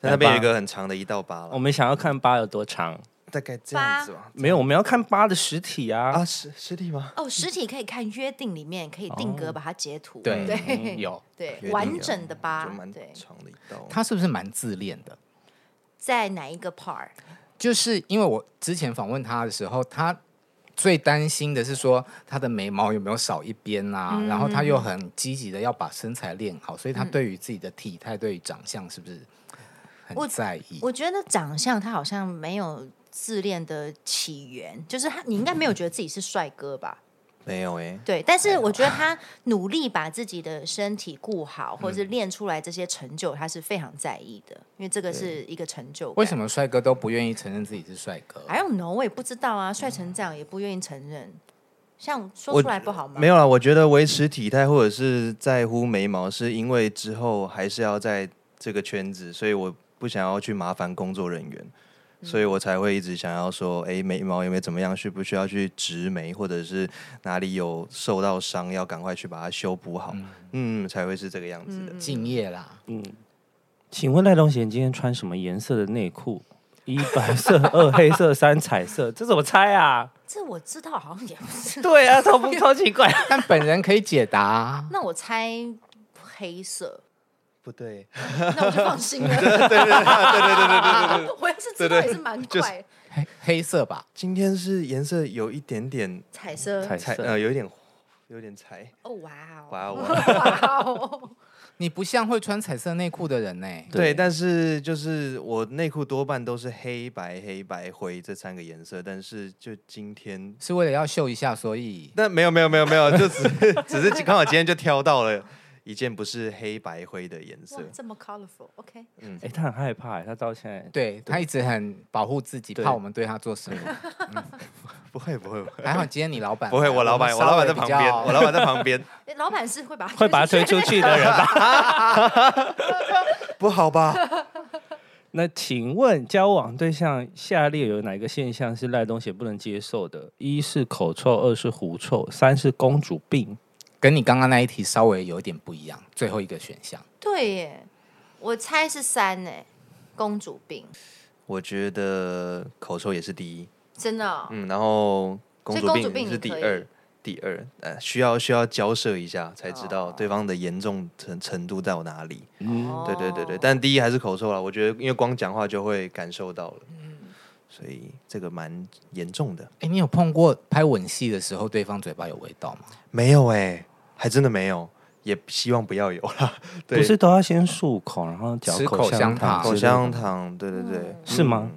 Speaker 2: 但那边有一个很长的一道疤
Speaker 6: 我
Speaker 2: 了，
Speaker 6: 们想要看疤有多长？
Speaker 2: 大概这样子吧。
Speaker 6: 没有，我们要看疤的实体啊。
Speaker 2: 啊，尸尸体吗？
Speaker 1: 哦，实体可以看约定里面可以定格把它截图，
Speaker 3: 对，
Speaker 1: 对
Speaker 3: 有
Speaker 2: 约定
Speaker 1: 对，
Speaker 2: 哦有
Speaker 1: 完整的吧
Speaker 2: 就？蛮
Speaker 1: 对，
Speaker 2: 长的一道。
Speaker 3: 他是不是蛮自恋的？
Speaker 1: 在哪一个 part？
Speaker 3: 就是因为我之前访问他的时候，他最担心的是说他的眉毛有没有少一边啊，
Speaker 1: 嗯
Speaker 3: 然后他又很积极的要把身材练好，所以他对于自己的体态、对于长相是不是
Speaker 1: 我
Speaker 3: 很在意？
Speaker 1: 我觉得长相他好像没有自恋的起源，就是他，你应该没有觉得自己是帅哥 吧？
Speaker 2: 没有哎，
Speaker 1: 对，但是我觉得他努力把自己的身体顾好，或是练出来这些成就，他是非常在意的，因为这个是一个成就。
Speaker 3: 为什
Speaker 1: 么
Speaker 3: 么帅哥都不愿意承认自己是帅哥？
Speaker 1: ？I don't know，我也不知道啊，帅成这样也不愿意承认，像说
Speaker 2: 我
Speaker 1: 出来不好吗？
Speaker 2: 没有啦，我觉得维持体态或者是在乎眉毛，是因为之后还是要在这个圈子，所以我不想要去麻烦工作人员，所以我才会一直想要说，哎、眉毛有没有怎么样，需不需要去植眉，或者是哪里有受到伤，要赶快去把它修补好，嗯才会是这个样子
Speaker 1: 嗯
Speaker 2: 的。
Speaker 3: 敬业啦，
Speaker 6: 请问赖东贤今天穿什么颜色的内 裤？一白色、二黑色、三彩色，这怎么猜啊？
Speaker 1: 这我知道，好像也不是。
Speaker 6: 对啊，超不超奇 怪？
Speaker 3: 但本人可以解答啊、
Speaker 1: 那我猜黑色，
Speaker 2: 不对，
Speaker 1: 那我就放心 了。对对对对对对对，我也是知道也是蛮快，
Speaker 3: 黑黑色吧。
Speaker 2: 今天是颜色有一点点
Speaker 1: 彩色。
Speaker 6: 彩
Speaker 2: 彩，
Speaker 6: 色
Speaker 2: 呃，有一点有点彩，
Speaker 1: 哦哇哦，
Speaker 2: 哇我。
Speaker 1: 哇哦，
Speaker 3: 你不像会穿彩色内裤的人呢、
Speaker 2: 对，但是就是我内裤多半都是黑白、黑白灰这三个颜色，但是就今天，
Speaker 3: 是为了要秀一下，所以
Speaker 2: 但没有没有没有没有，就只是只是刚好今天就挑到了一件不是黑白灰的颜色
Speaker 1: 哇，。这么 colorful，OK，、
Speaker 2: 嗯，
Speaker 6: 哎，他很害怕，他到现在
Speaker 3: 对他一直很保护自己，
Speaker 6: 对
Speaker 3: 怕我们对他做什么。
Speaker 2: 不会不会不 会
Speaker 3: 还好今天你老板
Speaker 2: 不会，我老板我老板在旁边，我老板在旁边，
Speaker 1: 诶哎老板是会把
Speaker 6: 会把他推出去的人 吧？
Speaker 2: 不好吧？
Speaker 6: 那请问交往对象下列有哪个现象是赖东贤不能接受的？一是口臭，二是狐臭，三是公主病。
Speaker 3: 跟你刚刚那一题稍微有一点不一样，最后一个选项。
Speaker 1: 对耶，我猜是三呢，公主病，
Speaker 2: 我觉得口臭也是第一，
Speaker 1: 真的、哦
Speaker 2: 嗯，然后公
Speaker 1: 所以
Speaker 2: 主
Speaker 1: 公主病
Speaker 2: 病是
Speaker 1: 你
Speaker 2: 第
Speaker 1: 可以
Speaker 2: 二，第二，呃，需要需要交涉一下才知道
Speaker 1: 哦
Speaker 2: 对方的严重程程度到哪里。
Speaker 6: 嗯，
Speaker 2: 对对对对，
Speaker 1: 哦
Speaker 2: 但第一还是口臭啦，我觉得因为光讲话就会感受到了，
Speaker 1: 嗯
Speaker 2: 所以这个蛮严重的。
Speaker 3: 哎，你有碰过拍吻戏的时候对方嘴巴有味道吗？
Speaker 2: 没有哎、还真的没有，也希望不要有啦。对，
Speaker 6: 不是都要先漱口，然后嚼
Speaker 3: 吃口
Speaker 6: 口
Speaker 3: 香糖
Speaker 6: 糖之
Speaker 2: 口
Speaker 6: 类的吗？
Speaker 2: 香糖，对对嗯对，
Speaker 1: 嗯
Speaker 6: 是吗？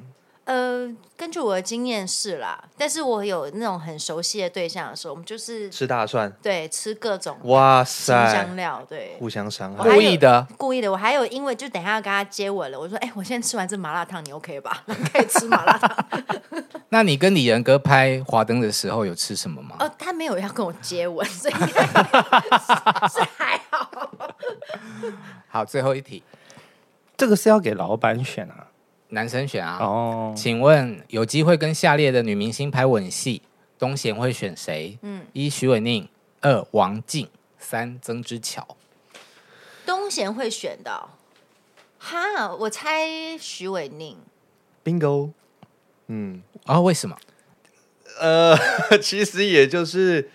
Speaker 1: 呃，根据我的经验是啦，但是我有那种很熟悉的对象的时候，我们就是
Speaker 2: 吃大蒜，
Speaker 1: 对吃各种
Speaker 2: 哇
Speaker 1: 新香
Speaker 2: 塞，
Speaker 1: 料，对，
Speaker 2: 互相伤
Speaker 1: 我还
Speaker 2: 害。
Speaker 3: 故意的，
Speaker 1: 故意的。我还有因为就等一下要跟他接吻了，我说哎、我现在吃完这麻辣烫，你 OK 吧？ 可以吃麻辣烫。
Speaker 3: 那你跟李仁哥拍《华灯》的时候有吃什么吗？
Speaker 1: 哦，他没有要跟我接吻，所以 是还好。
Speaker 3: 好，最后一题，
Speaker 6: 这个是要给老板选啊。
Speaker 3: 男生选啊。
Speaker 6: 哦，
Speaker 3: 请问有机会跟下列的女明星拍吻戏，东贤会选谁？嗯，一徐伟宁，二王静，三曾之乔。
Speaker 1: 东贤会选的哦、哈，我猜徐伟宁。
Speaker 2: Bingo，嗯，
Speaker 3: 哦，为什么？
Speaker 2: 呃，其实也就是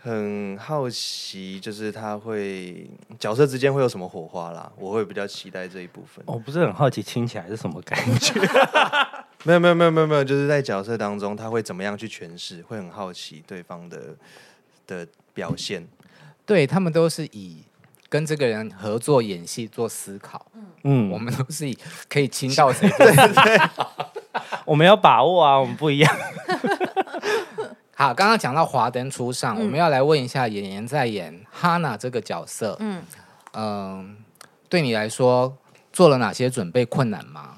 Speaker 2: 很好奇，就是他会角色之间会有什么火花啦，我会比较期待这一部分。
Speaker 6: 我不是很好奇亲起来是什么感觉。
Speaker 2: 没有没有没有没有没有，就是在角色当中他会怎么样去诠释，会很好奇对方的的表现。
Speaker 3: 对他们都是以跟这个人合作演戏做思考，
Speaker 6: 嗯，
Speaker 3: 我
Speaker 6: 我们
Speaker 3: 们都是以可以亲到谁做思考。
Speaker 6: 我们要把握啊，我们不一样。
Speaker 3: 好，刚刚讲到华灯初
Speaker 1: 嗯
Speaker 3: 上，我们要来问一下演员在演哈娜这个角色，嗯
Speaker 1: 嗯
Speaker 3: 对你来说做了哪些准备困难吗？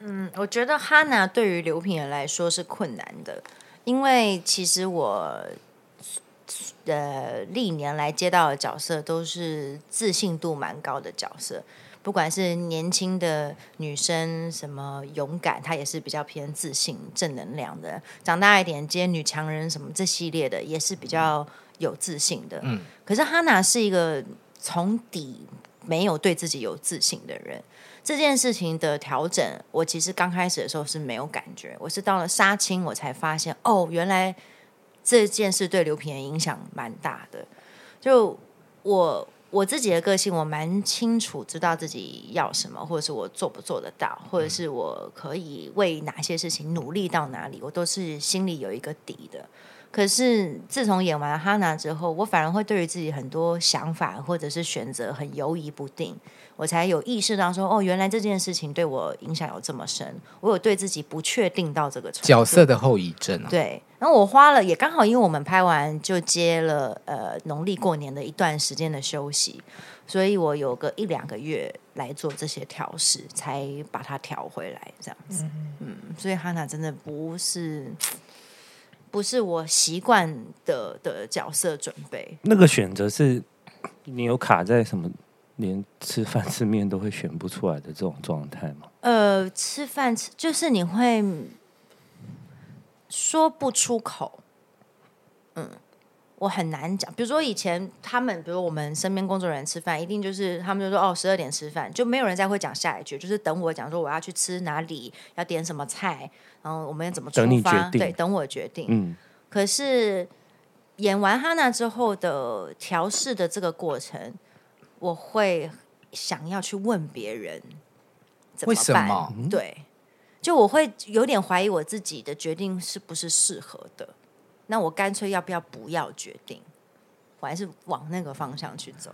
Speaker 1: 嗯，我觉得哈娜对于刘品言来说是困难的，因为其实我呃历年来接到的角色都是自信度蛮高的角色，不管是年轻的女生，什么勇敢，她也是比较偏自信、正能量的；长大一点接女强人什么这系列的，也是比较有自信的。嗯，可是哈娜是一个从底没有对自己有自信的人。这件事情的调整，我其实刚开始的时候是没有感觉，我是到了杀青我才发现，哦，原来这件事对刘品言影响蛮大的。就我我自己的个性，我蛮清楚知道自己要什么，或者是我做不做得到，或者是我可以为哪些事情努力到哪里，我都是心里有一个底的。可是自从演完《哈娜》之后，我反而会对于自己很多想法或者是选择很犹疑不定。我才有意识到说，哦，原来这件事情对我影响有这么深，我有对自己不确定到这个程度。
Speaker 3: 角色的后遗症啊，
Speaker 1: 对，然后我花了也刚好，因为我们拍完就接了呃农历过年的一段时间的休息，所以我有个一两个月来做这些调试，才把它调回来这样子。嗯，所以哈娜真的不是不是我习惯的的角色准备。
Speaker 6: 那个选择是你有卡在什么，连吃饭吃面都会选不出来的这种状态吗？
Speaker 1: 呃，吃饭吃就是你会说不出口，嗯，我很难讲。比如说以前他们，比如我们身边工作人员吃饭，一定就是他们就说哦十二点吃饭，就没有人再会讲下一句，就是等我讲说我要去吃哪里，要点什么菜，然后我们要怎么出
Speaker 6: 等你
Speaker 1: 发，
Speaker 6: 决定
Speaker 1: 对，等我决定。
Speaker 6: 嗯，
Speaker 1: 可是演完哈娜之后的调试的这个过程，我会想要去问别人怎么
Speaker 3: 为什
Speaker 1: 办
Speaker 3: 么
Speaker 1: 对，就我会有点怀疑我自己的决定是不是适合的，那我干脆要不要不要决定？我还是往那个方向去走，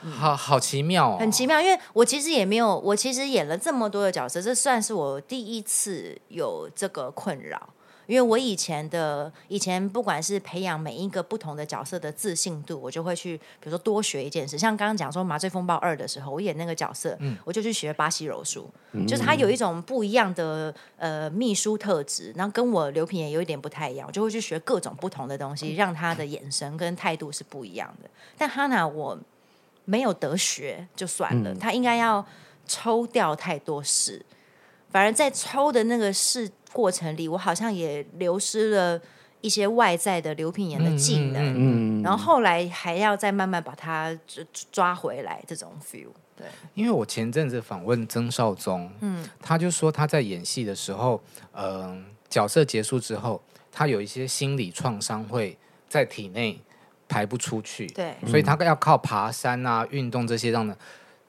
Speaker 3: 好好奇妙哦，
Speaker 1: 很奇妙，因为我其实也没有，我其实演了这么多的角色，这算是我第一次有这个困扰。因为我以前的以前不管是培养每一个不同的角色的自信度，我就会去，比如说多学一件事，像刚刚讲说《麻醉风暴二》的时候，我演那个角色，我就去学巴西柔术，就是他有一种不一样的呃秘书特质，然后跟我刘品言有一点不太一样，我就会去学各种不同的东西，让他的眼神跟态度是不一样的。但哈娜我没有得学就算了，他应该要抽掉太多事。反而在抽的那个试过程里，我好像也流失了一些外在的刘品言的技能，
Speaker 6: 嗯
Speaker 1: 然后后来还要再慢慢把它抓抓回来，这种 feel。对，
Speaker 3: 因为我前阵子访问曾少宗，嗯，他就说他在演戏的时候，嗯、角色结束之后，他有一些心理创伤会在体内排不出去，
Speaker 1: 对
Speaker 3: 所以他要靠爬山啊、运动这些让的。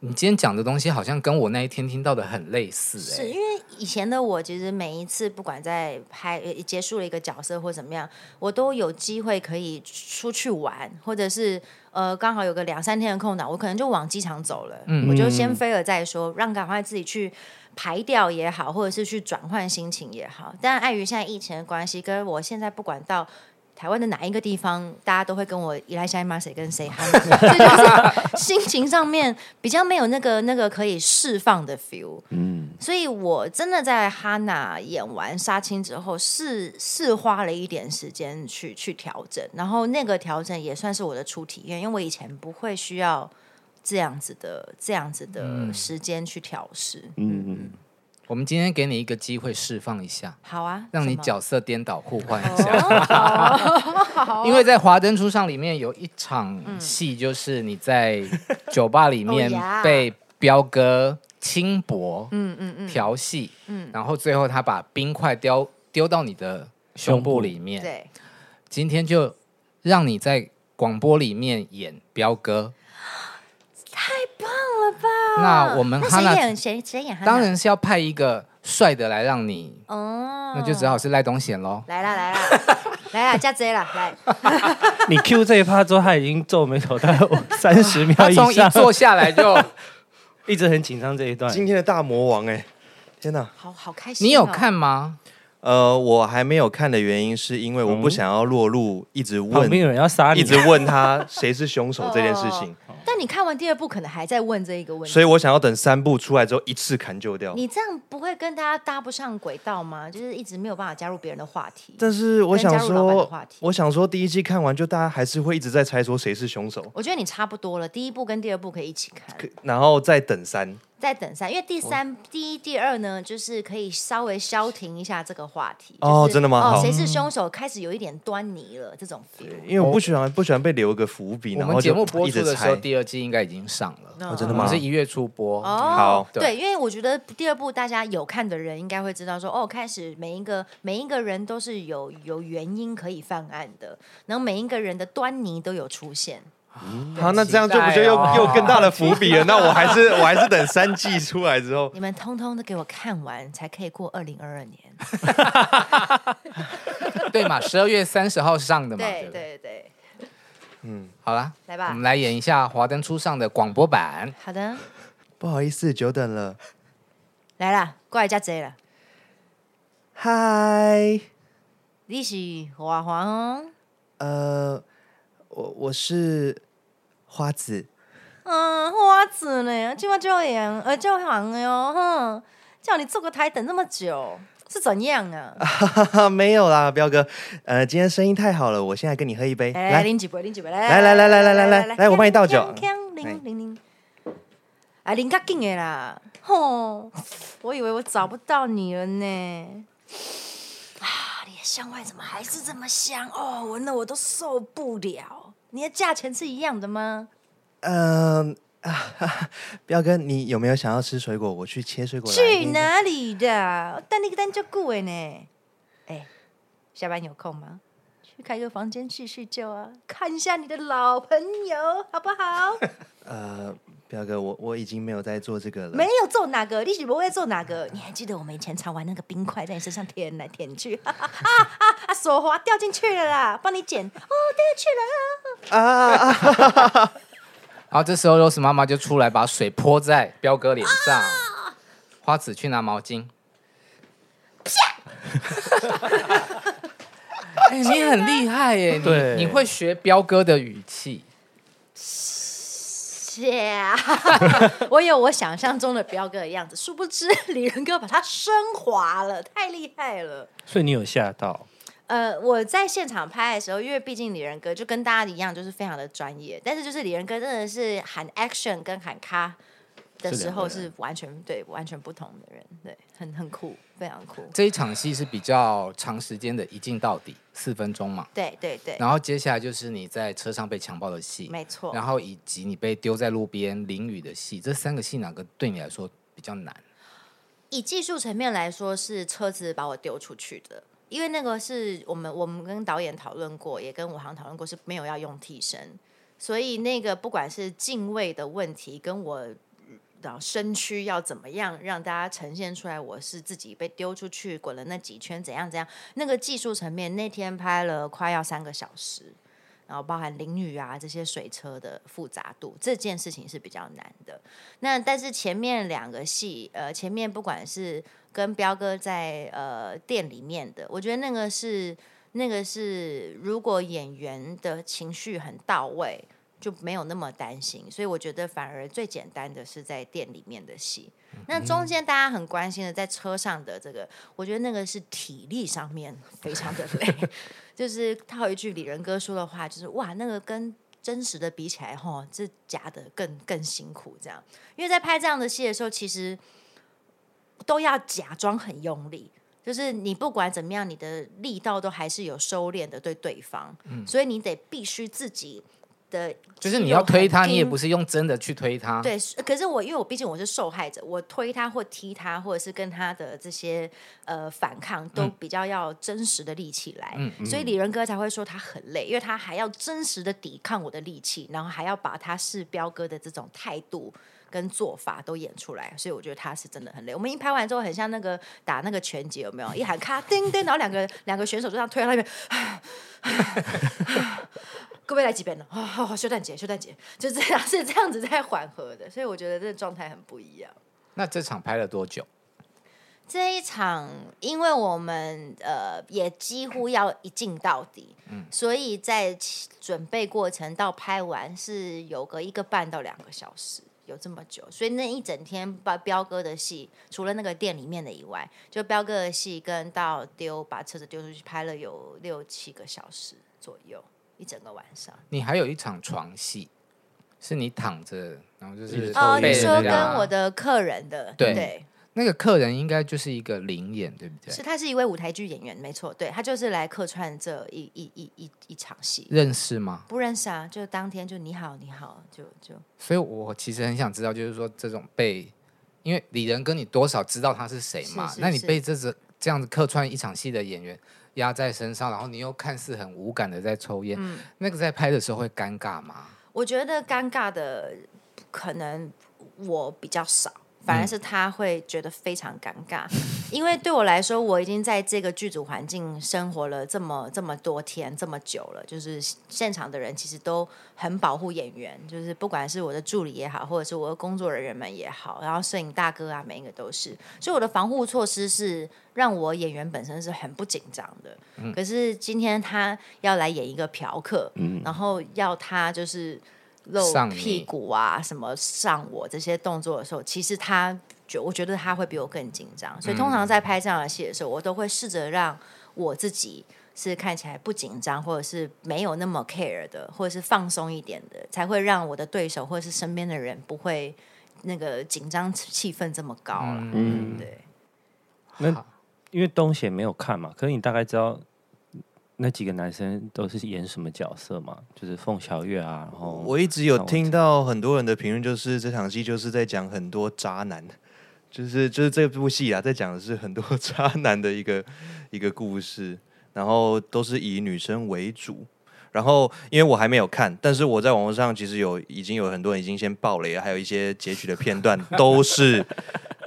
Speaker 3: 你今天讲的东西好像跟我那一天听到的很类似、欸，
Speaker 1: 是因为以前的我，其实每一次不管在拍呃结束了一个角色或怎么样，我都有机会可以出去玩，或者是呃刚好有个两三天的空档，我可能就往机场走了，我就先飞了再说，让赶快自己去排掉也好，或者是去转换心情也好。但碍于现在疫情的关系，跟我现在不管到。台湾的哪一个地方，大家都会跟我依赖下一 m a s 跟谁 h 所以就是心情上面比较没有那个那个可以释放的 feel。所以我真的在哈娜演完杀青之后，是是花了一点时间去去调整，然后那个调整也算是我的初体验，因为我以前不会需要这样子的这样子的
Speaker 3: 嗯
Speaker 1: 时间去调试。
Speaker 6: 嗯
Speaker 3: 我们今天给你一个机会释放一下，
Speaker 1: 好啊，
Speaker 3: 让你
Speaker 1: 什么
Speaker 3: 角色颠倒互换一下。
Speaker 1: 哦好嗯
Speaker 3: 因为在《华灯初上》里面有一场戏，就是你在酒吧里面
Speaker 1: 哦呀
Speaker 3: 被彪哥轻薄，嗯嗯嗯，调戏，嗯，然后最后他把冰块丢丢到你的胸部里面。
Speaker 1: 对，
Speaker 3: 今天就让你在广播里面演彪哥，太棒了吧？那我们
Speaker 1: 那
Speaker 3: 哈
Speaker 1: 谁
Speaker 3: 娜
Speaker 1: 演谁谁演哈娜？
Speaker 3: 当然是要派一个帅的来让你，
Speaker 1: 哦，
Speaker 3: 那就只好是赖东贤喽。
Speaker 1: 来啦来啦来啦，加贼啦来，
Speaker 6: 你 Q 这一趴之后，他已经皱眉头大概 三十秒
Speaker 3: 他
Speaker 6: 以
Speaker 3: 从一
Speaker 6: 上，
Speaker 3: 坐下来就，
Speaker 6: 一直很紧张这一段。
Speaker 2: 今天的大魔王哎、天哪！
Speaker 1: 好好开心、哦。
Speaker 3: 你有？看吗？
Speaker 2: 呃，我还没有看的原因是因为我不
Speaker 6: 嗯
Speaker 2: 想要落入一直
Speaker 6: 旁
Speaker 2: 问、
Speaker 6: 边有人要杀你，
Speaker 2: 一直问他谁是凶手这件事 情，
Speaker 1: 但你看完第二部，可能还在问这一个啊问题。
Speaker 2: 所以我想要等三部出来之后一次砍就掉。
Speaker 1: 你这样不会跟大家搭不上轨道吗？就是一直没有办法加入别人的话题。
Speaker 2: 但是我想
Speaker 1: 跟加入老板的
Speaker 2: 说
Speaker 1: 话题，
Speaker 2: 我想说第一季看完就大家还是会一直在猜说谁是凶手，
Speaker 1: 我觉得你差不多了，第一部跟第二部可以一起看，
Speaker 2: 可然后再等三。
Speaker 1: 再等三，因为第三、第一、第二呢，就是可以稍微消停一下这个话题。
Speaker 2: 哦
Speaker 1: 就是
Speaker 2: 真的吗
Speaker 1: 哦，
Speaker 2: 好
Speaker 1: 谁是凶手开始有一点端倪了，这种 feel。
Speaker 2: 因为我不喜欢不喜欢被留一个伏笔，
Speaker 3: 哦我
Speaker 2: 然
Speaker 3: 们
Speaker 2: 后
Speaker 3: 节
Speaker 2: 就
Speaker 3: 目播
Speaker 2: 一
Speaker 3: 出
Speaker 2: 直
Speaker 3: 的时候，
Speaker 2: 猜。
Speaker 3: 第二季应该已经上了。
Speaker 2: 哦哦真的
Speaker 3: 我
Speaker 2: 吗
Speaker 3: 们是一月初播，
Speaker 1: 哦
Speaker 2: 好，
Speaker 1: 对，因为我觉得第二部大家有看的人应该会知道说，哦，开始每一个每一个人都是有有原因可以犯案的，然后每一个人的端倪都有出现。
Speaker 2: 好，那这样就不就又
Speaker 3: 期待哦
Speaker 2: 又更大的伏笔了？那我还是我还是等三季出来之后，
Speaker 1: 你们通通都给我看完，才可以过二零二二年。
Speaker 3: 对嘛？十二月三十号上的嘛，对
Speaker 1: 对
Speaker 3: 不对？
Speaker 1: 对对，
Speaker 3: 好啦，
Speaker 1: 来吧
Speaker 3: 我们来演一下《华灯初上》的广播版。
Speaker 1: 好的，
Speaker 2: 不好意思，久等了。
Speaker 1: 来啦，过来加贼了。
Speaker 2: 嗨，
Speaker 1: 你是华华哦，
Speaker 2: 呃，我我是花子，
Speaker 1: 嗯，花子呢？今晚就演，呃，就行了哟，哼，叫你坐个台等这么久，是怎样啊？
Speaker 2: 哈哈，没有啦，彪哥，呃，今天生意太好了，我现在跟你喝一杯，
Speaker 1: 哎
Speaker 2: 来，
Speaker 1: 拎几杯，拎几杯，来
Speaker 2: 来来来来来来来来我帮你倒酒
Speaker 1: 锵
Speaker 2: 哎
Speaker 1: 零零零，啊，拎较紧的啦，吼，我以为我找不到你了呢。啊，你的香味怎么还是这么香？哦，闻的我都受不了。你的价钱是一样的吗？
Speaker 2: 嗯、啊哈哈，彪哥，你有没有想要吃水果？我去切水果来给
Speaker 1: 去
Speaker 2: 你
Speaker 1: 哪里的？我等你等就顾的呢。哎，下班有空吗？去开个房间叙叙旧啊，看一下你的老朋友，好不 好？
Speaker 2: 呃，彪哥，我我已经没有在做这个了。
Speaker 1: 没有做哪个，你是不会做哪个。你还记得我们以前常玩那个冰块，在你身上舔来舔去， 啊啊啊！手滑掉进去了啦，帮你捡。哦，掉去了。
Speaker 3: 然后这时候 Rose 妈妈就出来，把水泼在彪哥脸上。花子去拿毛巾，哎、你很厉害耶！
Speaker 6: 对
Speaker 3: 你你会学彪哥的语气，
Speaker 1: 谢啊！ 我有我想象中的彪哥的样子，殊不知李仁哥把他升华了，太厉害了。
Speaker 6: 所以你有吓到？
Speaker 1: 呃，我在现场拍的时候，因为毕竟李仁哥就跟大家一样，就是非常的专业，但是就是李仁哥真的是喊 action 跟喊咔的时候
Speaker 6: 是两个人
Speaker 1: 是完全对完全不同的人，对，很很酷，非常酷。
Speaker 3: 这一场戏是比较长时间的，一镜到底，四分钟嘛。
Speaker 1: 对对对，
Speaker 3: 然后接下来就是你在车上被强暴的戏，
Speaker 1: 没错。
Speaker 3: 然后以及你被丢在路边淋雨的戏，这三个戏哪个对你来说比较难？
Speaker 1: 以技术层面来说，是车子把我丢出去的，因为那个是我们我们跟导演讨论过，也跟武行讨论过，是没有要用替身，所以那个不管是敬畏的问题，跟我然后身躯要怎么样让大家呈现出来，我是自己被丢出去滚了那几圈，怎样怎样，那个技术层面，那天拍了快要三个小时。然后包含淋雨啊这些水车的复杂度，这件事情是比较难的。那但是前面两个戏，呃，前面不管是跟彪哥在呃店里面的，我觉得那个是那个是，如果演员的情绪很到位，就没有那么担心。所以我觉得反而最简单的是在店里面的戏。
Speaker 3: 嗯
Speaker 1: 那中间大家很关心的在车上的这个，我觉得那个是体力上面非常的累。 就是套一句李仁哥说的话，就是哇，那个跟真实的比起来，吼，这假的更更辛苦这样。因为在拍这样的戏的时候，其实都要假装很用力，就是你不管怎么样，你的力道都还是有收敛的对对方，所以你得必须自己的肌肉很硬，
Speaker 3: 嗯就是你要推他，你也不是用真的去推他，
Speaker 1: 对，是呃可是我因为我毕竟我是受害者，我推他或踢他，或者是跟他的这些呃反抗，都比较要真实的力气来，所以李仁哥才会说他很累，因为他还要真实的抵抗我的力气，然后还要把他是彪哥的这种态度。跟做法都演出来，所以我觉得他是真的很累。我们一拍完之后，很像那个打那个拳击，有没有？一喊咔叮叮，然后两个两个选手就这样推到那边，各位来几遍哦了，好好好，休蛋姐，休蛋姐，就这样是这样子在缓和的，所以我觉得这状态很不一样。
Speaker 3: 那这场拍了多久？
Speaker 1: 这一场，因为我们呃也几乎要一镜到底，所以在其准备过程到拍完是有个一个半到两个小时，有这么久，所以那一整天把彪哥的戏，除了那个店里面的以外，就彪哥的戏跟到丢把车子丢出去拍了有六七个小时左右，一整个晚上。
Speaker 3: 你还有一场床戏，是你躺着，然后就
Speaker 6: 一直
Speaker 3: 是
Speaker 6: 抽
Speaker 1: 哦，
Speaker 6: 被
Speaker 1: 你
Speaker 6: 人
Speaker 1: 说
Speaker 6: 家
Speaker 1: 跟我的客人的，
Speaker 3: 啊对
Speaker 1: 对
Speaker 3: 那个客人应该就是一个灵眼，对不对？
Speaker 1: 是他是一位舞台剧演员，没错，对他就是来客串这一一一一一场戏，
Speaker 3: 认识吗？
Speaker 1: 不认识啊，就当天就你好你好，就就
Speaker 3: 所以我其实很想知道，就是说这种被，因为李仁跟你多少知道他是谁嘛，
Speaker 1: 是是
Speaker 3: 那你
Speaker 1: 是
Speaker 3: 被这只这样子客串一场戏的演员压在身上，然后你又看似很无感的在抽烟，那个在拍的时候会尴尬吗？
Speaker 1: 我觉得尴尬的可能我比较少，反而是他会觉得非常尴尬，因为对我来说，我已经在这个剧组环境生活了这么这么多天这么久了，就是现场的人其实都很保护演员，就是不管是我的助理也好，或者是我的工作人员们也好，然后摄影大哥啊，每一个都是，所以我的防护措施是让我演员本身是很不紧张的。
Speaker 3: 嗯
Speaker 1: 可是今天他要来演一个嫖客，然后要他就是露
Speaker 3: 嗯上你
Speaker 1: 屁股啊，什么上我这些动作的时候，其实他觉我觉得他会比我更紧张，所以通
Speaker 3: 嗯
Speaker 1: 常在拍这样的戏的时候，我都会试着让我自己。是看起来不紧张，或者是没有那么 care 的，或者是放松一点的，才会让我的对手或者是身边的人不会那个紧张气氛这么高了。嗯，对。
Speaker 6: 那因为东贤没有看嘛，可是你大概知道那几个男生都是演什么角色嘛？就是凤小岳啊，然后
Speaker 2: 我一直有
Speaker 6: 那我
Speaker 2: 听到很多人的评论，就是这场戏就是在讲很多渣男，就是就是这部戏啊，在讲的是很多 渣男的一个一个故事，然后都是以女生为主。然后，因为我还没有看，但是我在网络上其实有已经有很多人已经先爆雷了，啊还有一些截取的片段都 是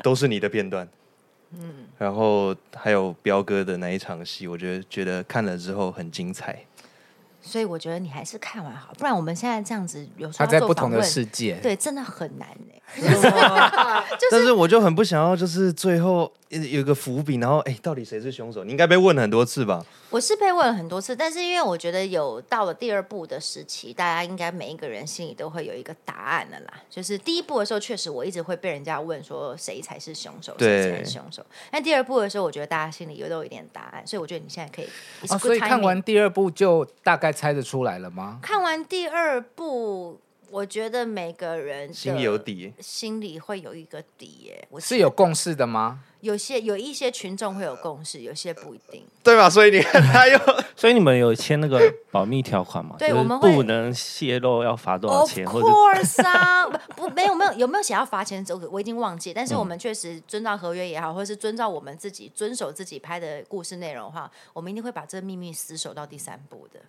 Speaker 2: 都是你的片段，嗯，然后还有彪哥的那一场戏，我觉得觉得看了之后很精彩。
Speaker 1: 所以我觉得你还是看完好，不然我们现在这样子有时
Speaker 3: 他
Speaker 1: 候
Speaker 3: 在
Speaker 1: 要做
Speaker 3: 不同的
Speaker 1: 访问
Speaker 3: 世界，
Speaker 1: 对，真的很难哎、
Speaker 2: 但是我就很不想要，就是最后有一个伏笔，然后哎、到底谁是凶手？你应该被问很多次吧？
Speaker 1: 我是被问了很多次，但是因为我觉得有到了第二步的时期，大家应该每一个人心里都会有一个答案的啦。就是第一步的时候，确实我一直会被人家问说谁才是凶手，谁才
Speaker 2: 对
Speaker 1: 是凶手。但第二步的时候，我觉得大家心里又都有一点答案，所以我觉得你现在可以。it's
Speaker 3: 啊，
Speaker 1: good
Speaker 3: 所以看
Speaker 1: timing
Speaker 3: 完第二部就大概猜得出来了吗？
Speaker 1: 看完第二部，我觉得每个人的
Speaker 2: 心有，底，
Speaker 1: 心里会有一个底耶。我
Speaker 3: 是
Speaker 1: 觉
Speaker 3: 有
Speaker 1: 得
Speaker 3: 共识的吗？
Speaker 1: 有些有一些群众会有共识，有些不一定。
Speaker 2: 对吧？所以你看他又
Speaker 6: 所以你们有签那个保密条款吗？
Speaker 1: 对
Speaker 6: 就是
Speaker 1: 我们会
Speaker 6: 不能泄露要罚多少
Speaker 1: Of
Speaker 6: 钱，或者
Speaker 1: course 啊，不不没有没有有没有写要罚钱？我我已经忘记，但是我们确实遵照合约也好，或是遵照我们自己遵守自己拍的故事内容的话，我们一定会把这个秘密死守到第三步的。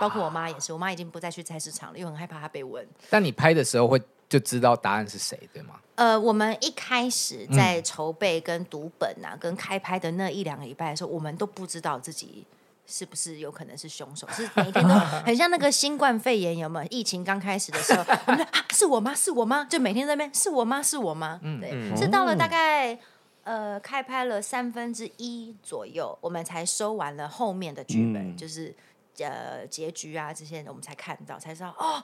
Speaker 1: 包括我妈也是，我妈已经不再去菜市场了，因为很害怕她被问。
Speaker 3: 但你拍的时候会就知道答案是谁，对吗？
Speaker 1: 呃，我们一开始在筹备跟读本啊，跟开拍的那一两个礼拜的时候，我们都不知道自己是不是有可能是凶手，是每一天都很像那个新冠肺炎有没有？疫情刚开始的时候，我们就啊，是我吗？是我吗？就每天在那边是我吗？是我吗？对，是到了大概。呃，开拍了三分之一左右，我们才收完了后面的剧本，
Speaker 6: 嗯
Speaker 1: 就是呃结局啊这些，我们才看到，才知道哦，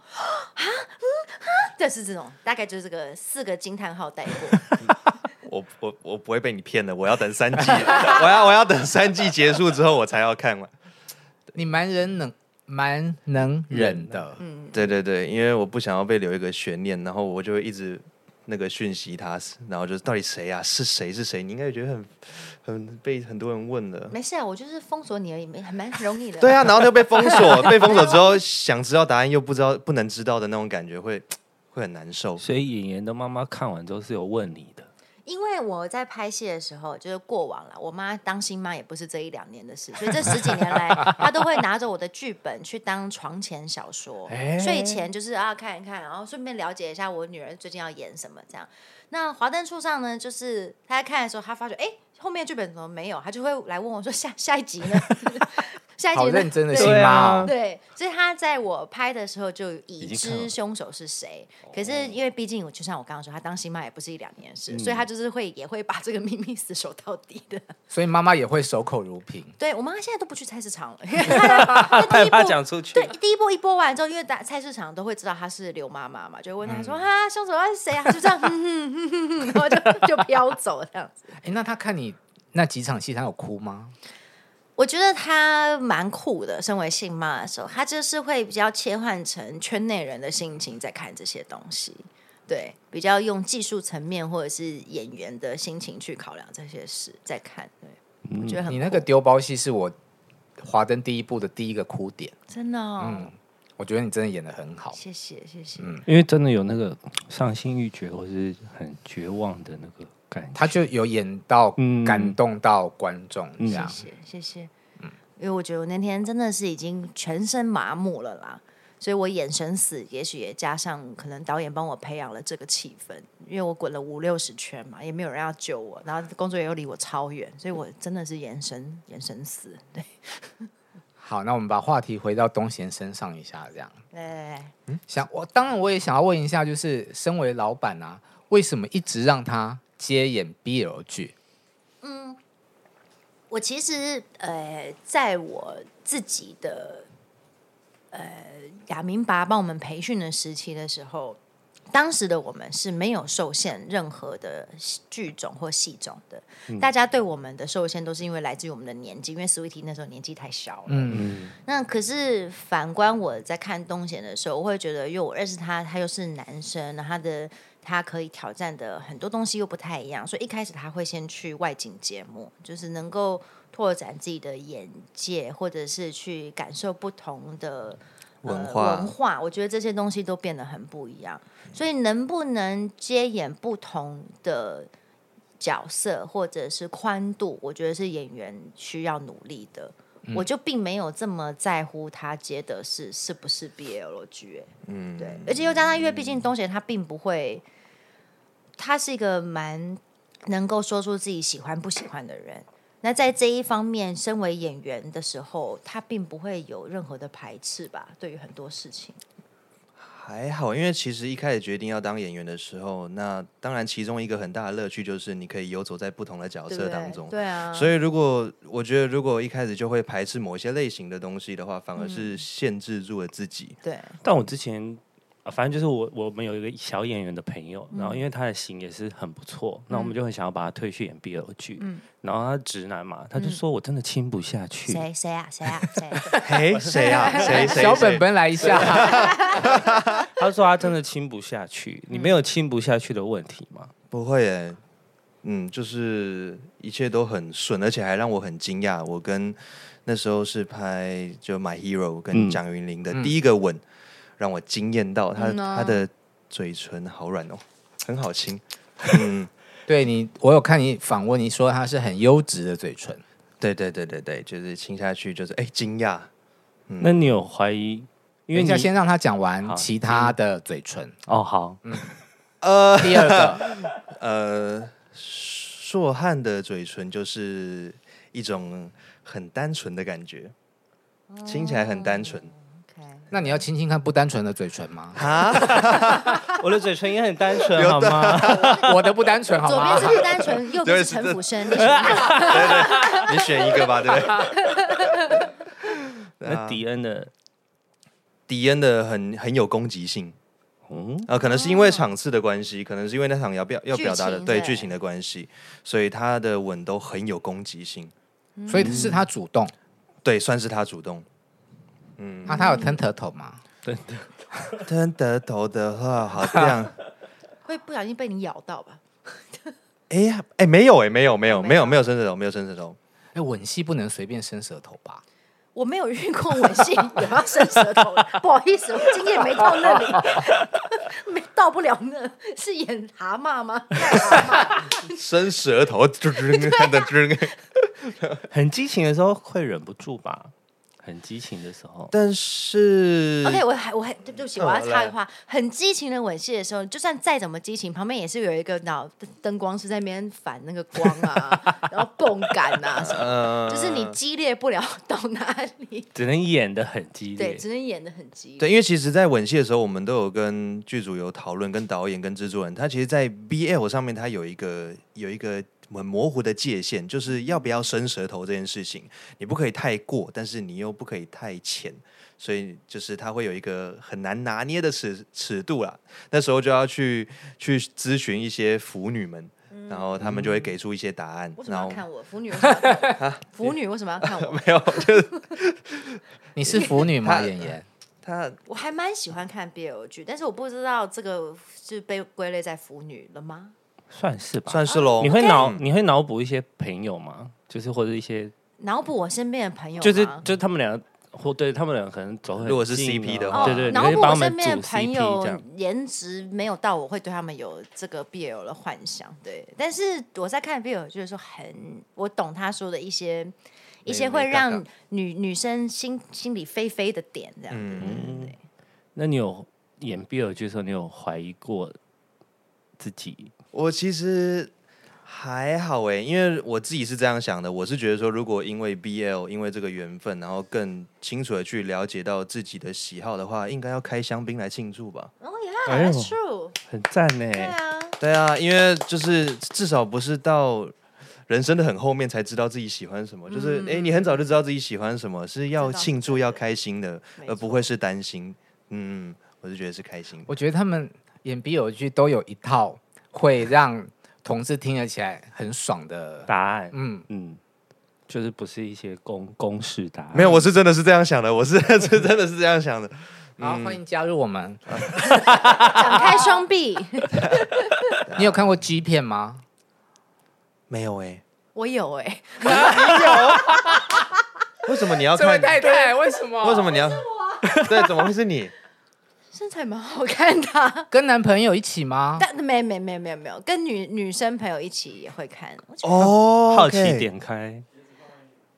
Speaker 1: 对，是这种，大概就是这个四个惊叹号带过。
Speaker 2: 我我我不会被你骗的，我要等三季， 我要我要等三季结束之后我才要看完。
Speaker 3: 你蛮人能蛮能忍的，
Speaker 2: 对对对，因为我不想要被留一个悬念，然后我就会一直那个讯息他，然后就是到底谁啊，是谁是谁？你应该也觉得很很被很多人问的。
Speaker 1: 没事啊，我就是封锁你而已，没还蛮容 易的。
Speaker 2: 对，啊，然后就被封 锁，被封锁之后想知道答案又不知道不能知道的那种感觉会会很难受。
Speaker 6: 所以演员的妈妈看完之后是有问你的，
Speaker 1: 因为我在拍戏的时候，就是过往了，我妈当新妈也不是这一两年的事，所以这十几年 来，她都会拿着我的剧本去当床前小说，
Speaker 3: 哎
Speaker 1: 睡前就是啊看一看，然后顺便了解一下我女儿最近要演什么这样。那《华灯初上》呢，就是她在看的时候，她发觉哎后面剧本怎么没有，她就会来问我说下下一集 呢？ 下一集
Speaker 3: 好
Speaker 1: 呢
Speaker 3: 认真的
Speaker 1: 对啊
Speaker 3: 新妈、哦。
Speaker 1: 对，所以他在我拍的时候就已
Speaker 2: 已经看
Speaker 1: 知
Speaker 2: 了
Speaker 1: 凶手是谁。可是因为毕竟我就像我刚刚说，他当新妈也不是一两年的事，所以他就是会也会把这个秘密死守到底的。
Speaker 3: 所以妈妈也会守口如瓶。
Speaker 1: 对我妈现在都不去菜市场 了，因为她她第一
Speaker 6: 害怕
Speaker 1: 步
Speaker 6: 讲出去
Speaker 1: 对，第一步一播完之后，因为大菜市场都会知道她是刘妈妈嘛，就会问她说：“哈、凶手是谁啊？”就这样，哼哼哼哼哼，嗯然后就就飘走这样子。
Speaker 3: 哎，那他看你那几场戏，他有哭吗？
Speaker 1: 我觉得他蛮酷的，身为信妈的时候，他就是会比较切换成圈内人的心情在看这些东西，对，比较用技术层面或者是演员的心情去考量这些事，在看，对，我觉得很
Speaker 3: 嗯你
Speaker 1: 酷
Speaker 3: 那个丢包戏是我华灯第一部的第一个哭点，
Speaker 1: 真的、哦，
Speaker 3: 嗯我觉得你真的演的很好。
Speaker 1: 谢谢谢谢，
Speaker 6: 因为真的有那个丧心欲绝或是很绝望的那个感觉。
Speaker 3: 他就有演到
Speaker 6: 嗯
Speaker 3: 感动到观
Speaker 1: 嗯
Speaker 3: 众这样，
Speaker 1: 谢谢谢谢，因为我觉得我那天真的是已经全身麻木了啦。所以我眼神死，也许也加上可能导演帮我培养了这个气氛，因为我滚了五六十圈嘛，也没有人要救我，然后工作人员又离我超远，所以我真的是眼神眼神死。对，
Speaker 3: 好，那我们把话题回到东贤身上一下，这样。
Speaker 1: 来来来，
Speaker 3: 想我当然我也想要问一下，就是身为老板啊，为什么一直让他接演 BL 剧？
Speaker 1: 我其实呃，在我自己的呃雅明爸帮我们培训的时期的时候，当时的我们是没有受限任何的剧种或戏种的，大家对我们的受限都是因为来自于我们的年纪，因为 Sweetie 那时候年纪太小了。
Speaker 3: 嗯，
Speaker 1: 那可是反观我在看东贤的时候，我会觉得，因为我认识他，他又是男生，然后他的他可以挑战的很多东西又不太一样，所以一开始他会先去外景节目，就是能够拓展自己的眼界，或者是去感受不同的。呃
Speaker 2: 文化
Speaker 1: 文化，我觉得这些东西都变得很不一样。所以，能不能接演不同的角色或者是宽度，我觉得是演员需要努力的。
Speaker 2: 嗯
Speaker 1: 我就并没有这么在乎他接的是是不是 BL 剧、欸，
Speaker 2: 嗯，
Speaker 1: 对，而且又加上，因为毕竟东贤他并不会，他是一个蛮能够说出自己喜欢不喜欢的人。那在这一方面，身为演员的时候，他并不会有任何的排斥吧？对于很多事情，
Speaker 2: 还好，因为其实一开始决定要当演员的时候，那当然其中一个很大的乐趣就是你可以游走在不同的角
Speaker 1: 对
Speaker 2: 色
Speaker 1: 不
Speaker 2: 哦当
Speaker 1: 对？
Speaker 2: 中。
Speaker 1: 对啊，
Speaker 2: 所
Speaker 1: 以
Speaker 2: 以，如果我觉得如果一开始就会排斥某一些类型的东西的话，反而
Speaker 1: 嗯
Speaker 2: 是限制住了自 己。
Speaker 1: 对，
Speaker 6: 但我之前，啊反正就是我我们有一个小演员的朋友，
Speaker 1: 嗯
Speaker 6: 然后因为他的型也是很不错，那、我们就很想要把他推去演 BL 剧。
Speaker 1: 嗯
Speaker 6: 然后他直男嘛，他就
Speaker 1: 嗯
Speaker 6: 说我真的亲不下去。
Speaker 1: 谁谁啊谁啊谁？
Speaker 2: 嘿，谁啊？ 谁谁？
Speaker 3: 小
Speaker 2: 谁
Speaker 3: 本本来一下，
Speaker 6: 他说他真的亲不下去，
Speaker 1: 嗯
Speaker 6: 你没有亲不下去的问题吗？
Speaker 2: 不会耶、嗯，就是一切都很顺，而且还让我很惊讶。我跟那时候是拍就《My Hero》跟
Speaker 6: 嗯
Speaker 2: 蒋云林的
Speaker 3: 嗯
Speaker 2: 第一个吻，让我惊艳到他、
Speaker 1: 嗯啊
Speaker 2: 他的嘴唇好软哦，很好亲。
Speaker 3: 对你，我有看你访问，你说他是很优质的嘴唇，
Speaker 2: 对对对对对，就是亲下去就是哎惊讶，嗯
Speaker 6: 那你有怀疑？因为
Speaker 3: 等一
Speaker 6: 你
Speaker 3: 下先让他讲完
Speaker 6: 好
Speaker 3: 其他的嘴唇。
Speaker 6: 哦 好，
Speaker 3: 第二个，
Speaker 2: 呃，硕汉的嘴唇就是一种很单纯的感觉，
Speaker 1: 哦
Speaker 2: 听起来很单纯。
Speaker 1: OK，
Speaker 3: 那你要亲亲看不单纯的嘴唇吗？
Speaker 6: 我的嘴唇也很单 纯好吗？
Speaker 3: 我的不单纯好
Speaker 1: 左边
Speaker 3: 吗
Speaker 1: 是？不单纯，右边是
Speaker 2: 对
Speaker 1: 城
Speaker 2: 是
Speaker 1: 府深，你选一个
Speaker 2: 你选一个吧，对不对？
Speaker 6: 那
Speaker 2: 嗯
Speaker 6: 迪恩的，
Speaker 2: 迪恩的很很有攻击性
Speaker 6: 嗯，
Speaker 2: 啊、呃可能是因为场次的关系，可能是因为那场要表要表达的
Speaker 1: 哦剧情
Speaker 2: 对
Speaker 1: 对
Speaker 2: 剧情的关系，所以他的吻都很有攻击性。
Speaker 3: 所以是他主动，
Speaker 2: 对，算是他主动。
Speaker 3: 啊，他有吞头头吗？
Speaker 2: 吞得头的话，好像，
Speaker 1: 会不小心被你咬到吧？
Speaker 2: 哎呀，哎，没有，哎，没有，没有，
Speaker 1: 哦没有
Speaker 2: 没有，没有伸舌头，没有伸舌头。
Speaker 3: 哎，吻戏不能随便伸舌头吧？
Speaker 1: 我没有遇过吻戏有要伸舌头的，不好意思，我经验没到那里，没到不了那，是演蛤蟆吗？癞蛤
Speaker 2: 伸舌 头，吱吱吱的吱。
Speaker 6: 很激情的时候会忍不住吧？很激情的时候，
Speaker 2: 但是
Speaker 1: 蟆。OK，我哎还我还对对不起，
Speaker 2: 嗯
Speaker 1: 我要插一
Speaker 2: 来
Speaker 1: 话，很激情的吻戏的时候，就算再怎么激情，旁边也是有一个脑灯光是在那边反那个光啊，然后共感啊什么，
Speaker 2: 呃
Speaker 1: 就是你激烈不了到哪里，
Speaker 6: 只能演的很激
Speaker 1: 对，
Speaker 6: 烈。
Speaker 1: 只能演的很激烈。
Speaker 2: 对，因为其实，在吻戏的时候，我们都有跟剧组有讨论，跟导演、跟制作人，他其实，在 BL 上面，他有一个有一个很模糊的界限，就是要不要伸舌头这件事情，你不可以太过，但是你又不可以太浅，所以就是他会有一个很难拿捏的尺尺度啦。那时候就要去去咨询一些腐女们，然后他们就会给出一些答案，
Speaker 1: 为什么
Speaker 2: 然
Speaker 1: 要
Speaker 2: 后。
Speaker 1: 嗯看我？腐女为什么要看我？腐女为什么要看我？
Speaker 2: 没有，就是
Speaker 3: 你是腐女吗？
Speaker 2: 他
Speaker 3: 演员
Speaker 2: 他
Speaker 1: 我还蛮喜欢看 BL 剧，但是我不知道这个是被归类在腐女了吗？
Speaker 6: 算是吧。
Speaker 2: 算是
Speaker 1: 啊
Speaker 2: 喽。
Speaker 6: 你会脑你会脑补一些朋友吗？就是或者一些，
Speaker 1: 脑补我身边的朋友吗，
Speaker 6: 就是就是他们两个，或对他们两个可能走很近啊。
Speaker 2: 如果是 CP 的话
Speaker 1: 哦，
Speaker 6: 对对，你
Speaker 1: 脑
Speaker 6: 会
Speaker 1: 补
Speaker 6: 帮
Speaker 1: 我
Speaker 6: 他们
Speaker 1: 身
Speaker 6: 组
Speaker 1: 边的朋
Speaker 6: CP 这
Speaker 1: 友
Speaker 6: 样。
Speaker 1: 颜值没有到，我会对他们有这个 BL 的幻想。对，但是我在看 BL 就是说很，我懂他说的一些一些会
Speaker 2: 没
Speaker 1: 让
Speaker 2: 没
Speaker 1: 女女生心心里飞飞的点，这样嗯子。
Speaker 6: 嗯
Speaker 1: 对对对
Speaker 6: 那你有演 BL 剧的时候，你有怀疑过自己？
Speaker 2: 我其实还好哎、因为我自己是这样想的，我是觉得说，如果因为 BL 因为这个缘分，然后更清楚的去了解到自己的喜好的话，应该要开香槟来庆祝吧。
Speaker 1: 哦
Speaker 6: 哎呦
Speaker 1: ，Yeah，that's true。
Speaker 6: 很赞呢。
Speaker 1: 对啊，
Speaker 2: 对啊，因为就是至少不是到。人生的很后面才知道自己喜欢什么，就是哎、诶你很早就知道自己喜欢什么，是要
Speaker 1: 嗯知道
Speaker 2: 庆祝、要开心的，
Speaker 1: 没
Speaker 2: 而不
Speaker 1: 错
Speaker 2: 会是担心。嗯，我是觉得是开心的。
Speaker 3: 我觉得他们演 BL 剧都有一套会让同志听了起来很爽的，
Speaker 6: 答案，
Speaker 3: 嗯，
Speaker 6: 嗯，就是不是一些公公式答案。
Speaker 2: 没有，我是真的是这样想的，我是 是真的是这样想的。
Speaker 3: 好，欢迎加入我们。
Speaker 1: 展开双臂，
Speaker 3: 你有看过 G 片吗？
Speaker 2: 没有哎、
Speaker 1: 我有哎、
Speaker 2: 为什么你要
Speaker 3: 这位
Speaker 2: 看？
Speaker 3: 太太，为什
Speaker 1: 哦
Speaker 3: 么？
Speaker 2: 为什么你要？ 对，怎么会是你？
Speaker 1: 身材蛮好看的啊、
Speaker 3: 跟男朋友一起吗？
Speaker 1: 但没没没没有没有，跟女女生朋友一起也会看。我觉得
Speaker 2: 哦
Speaker 6: 好奇，点开，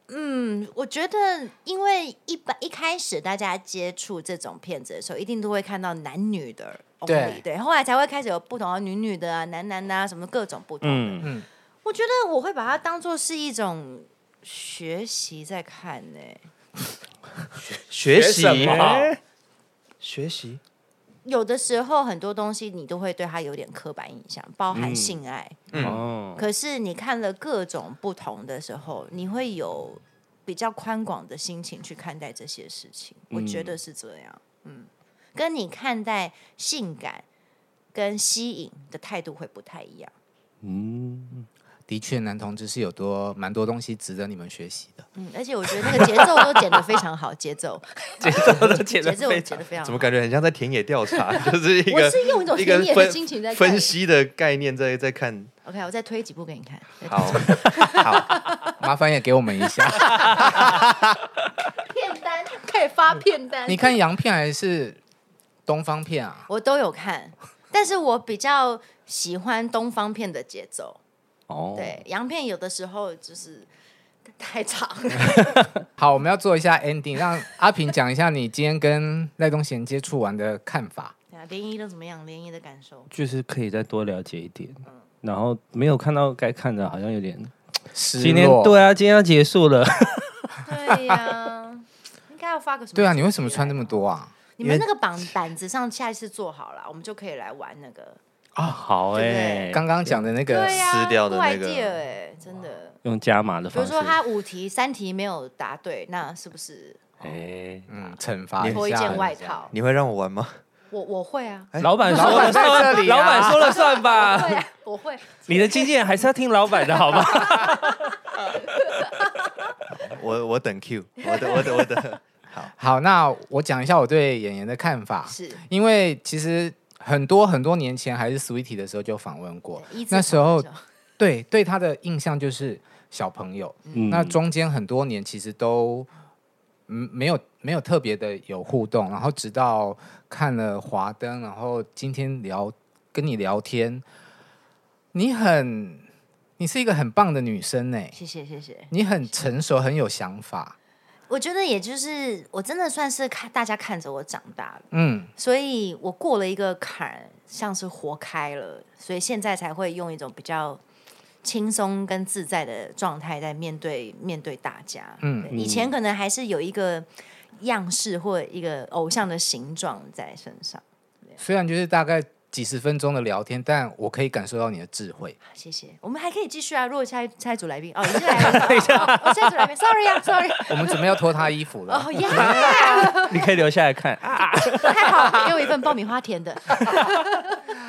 Speaker 1: 嗯，我觉得因为一般一开始大家接触这种片子的时候，一定都会看到男女的 only，
Speaker 3: 对
Speaker 1: 对，后来才会开始有不同的女女的啊、男男的啊，什么各种不同。
Speaker 6: 嗯，
Speaker 1: 我觉得我会把它当做是一种学习在看呢、
Speaker 2: 学
Speaker 3: 学什
Speaker 2: 习
Speaker 3: 么
Speaker 2: 学习
Speaker 1: 有的时候很多东西你都会对他有点刻板印象，包含性爱。
Speaker 3: 嗯
Speaker 6: 哦，
Speaker 1: 可是你看了各种不同的时候，你会有比较宽广的心情去看待这些事情。我觉得是这样，嗯，跟你看待性感跟吸引的态度会不太一样。
Speaker 6: 嗯，
Speaker 3: 的确，男同志是有多蛮多东西值得你们学习的。
Speaker 1: 嗯，而且我觉得那个节奏都剪得非常好，节奏
Speaker 6: 节奏都
Speaker 1: 节
Speaker 6: 剪得
Speaker 1: 奏
Speaker 6: 非
Speaker 1: 我剪
Speaker 6: 常
Speaker 1: 得非常
Speaker 2: 怎
Speaker 1: 好
Speaker 2: 么。感觉很像在田野 调查，就是一
Speaker 1: 我
Speaker 2: 个
Speaker 1: 是用一种
Speaker 2: 一个
Speaker 1: 田野的
Speaker 2: 分
Speaker 1: 心情在看
Speaker 2: 分。析的概念在在看。
Speaker 1: OK，我再推几部给你看。
Speaker 2: 好，
Speaker 3: 麻烦也给我们一 下。
Speaker 1: 片单可以发片单
Speaker 3: 你看洋片还是东方片啊？
Speaker 1: 我都有看，但是我比较喜欢东方片的节奏。
Speaker 6: 哦，
Speaker 1: 对，洋片有的时候就是太长了。
Speaker 3: 好，我们要做一下 ending，让阿平讲一下你今天跟赖东贤接触完的看法。
Speaker 1: 对啊联谊都怎么样？联谊的感受？
Speaker 6: 就是可以再多了解一点，
Speaker 1: 嗯
Speaker 6: 然后没有看到该看的，好像有点。
Speaker 3: 失
Speaker 6: 今天
Speaker 3: 落
Speaker 6: 对啊，今天要结 束了，
Speaker 1: 对呀、应该要发个什么？
Speaker 3: 对啊，你为什么穿这么？多啊？
Speaker 1: 你们那个榜板子上下一次做好了，我们就可以来玩那个。
Speaker 6: 好哎、
Speaker 3: 刚刚讲的那个
Speaker 1: 对啊呀、
Speaker 2: 撕掉的那个
Speaker 1: 不 idea 哎，真的。
Speaker 6: 用加码的
Speaker 1: 比如
Speaker 6: 方式，
Speaker 1: 说他五题、三题没有答对，那是不是
Speaker 6: 哎，
Speaker 3: 嗯，惩罚
Speaker 1: 脱一
Speaker 3: 下
Speaker 1: 件外。套？
Speaker 2: 你会让我玩吗？
Speaker 1: 我我会 啊，
Speaker 6: 老板说
Speaker 3: 哎老板
Speaker 6: 了
Speaker 3: 在
Speaker 6: 算，
Speaker 3: 这里啊
Speaker 6: 老板说了 算
Speaker 1: 我
Speaker 6: 吧
Speaker 1: 会。啊，我 会。
Speaker 6: 你的经纪人还是要听老板的好吗？
Speaker 2: 我我等 Q，我等我等我等。
Speaker 3: 好，那我讲一下我对演员的看法，
Speaker 1: 是
Speaker 3: 因为其实很多很多年前还是 Sweetie 的时候就访问过，
Speaker 1: 一字
Speaker 3: 那
Speaker 1: 旁
Speaker 3: 时候
Speaker 1: 的时
Speaker 3: 对对他的印象就是小朋友。
Speaker 6: 嗯
Speaker 3: 那中间很多年其实都嗯没有没有特别的有互动，然后直到看了《华灯》，然后今天聊跟你聊天，你很你是一个很棒的女生呢、
Speaker 1: 谢谢谢谢。
Speaker 3: 你很成熟，很有想法，
Speaker 1: 我觉得也就是我真的算是看大家看着我长大了，
Speaker 3: 嗯，
Speaker 1: 所以我过了一个坎，像是活开了，所以现在才会用一种比较轻松跟自在的状态在面对面对大家。
Speaker 3: 嗯
Speaker 1: 嗯，以前可能还是有一个样式或一个偶像的形状在身上。
Speaker 3: 虽然就是大概几十分钟的聊天，但我可以感受到你的智慧。
Speaker 1: 好谢谢，我们还可以继续啊。如果下一下一组来宾哦，你是来宾，哦我下一组来宾，sorry 啊，sorry。
Speaker 3: 我们准备要脱她衣服了，
Speaker 1: 哦 呀，
Speaker 6: 你可以留下来看。
Speaker 1: 太好了，给我一份爆米花甜的，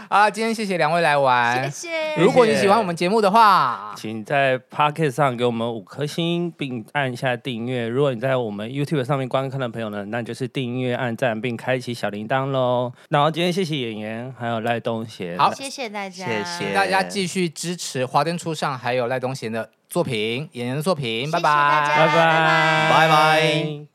Speaker 3: 啊！今天谢谢两位来
Speaker 1: 谢
Speaker 3: 玩。
Speaker 1: 谢。
Speaker 3: 哎如果你喜欢我们节目的话，
Speaker 6: 请在 Pocket 上给我们五颗星，并按下订阅。如果你在我们 YouTube 上面观看的朋友呢，那就是订阅、按赞并开启小铃铛喽。然后今天谢谢演员还有赖东贤，
Speaker 3: 好
Speaker 1: 谢谢大家，
Speaker 2: 谢谢
Speaker 3: 请大家继续支持华灯初上，还有赖东贤的作品、演员的作品，
Speaker 1: 谢
Speaker 3: 拜
Speaker 1: 谢
Speaker 3: 拜
Speaker 1: 大家
Speaker 2: 拜
Speaker 6: 拜拜
Speaker 2: 拜。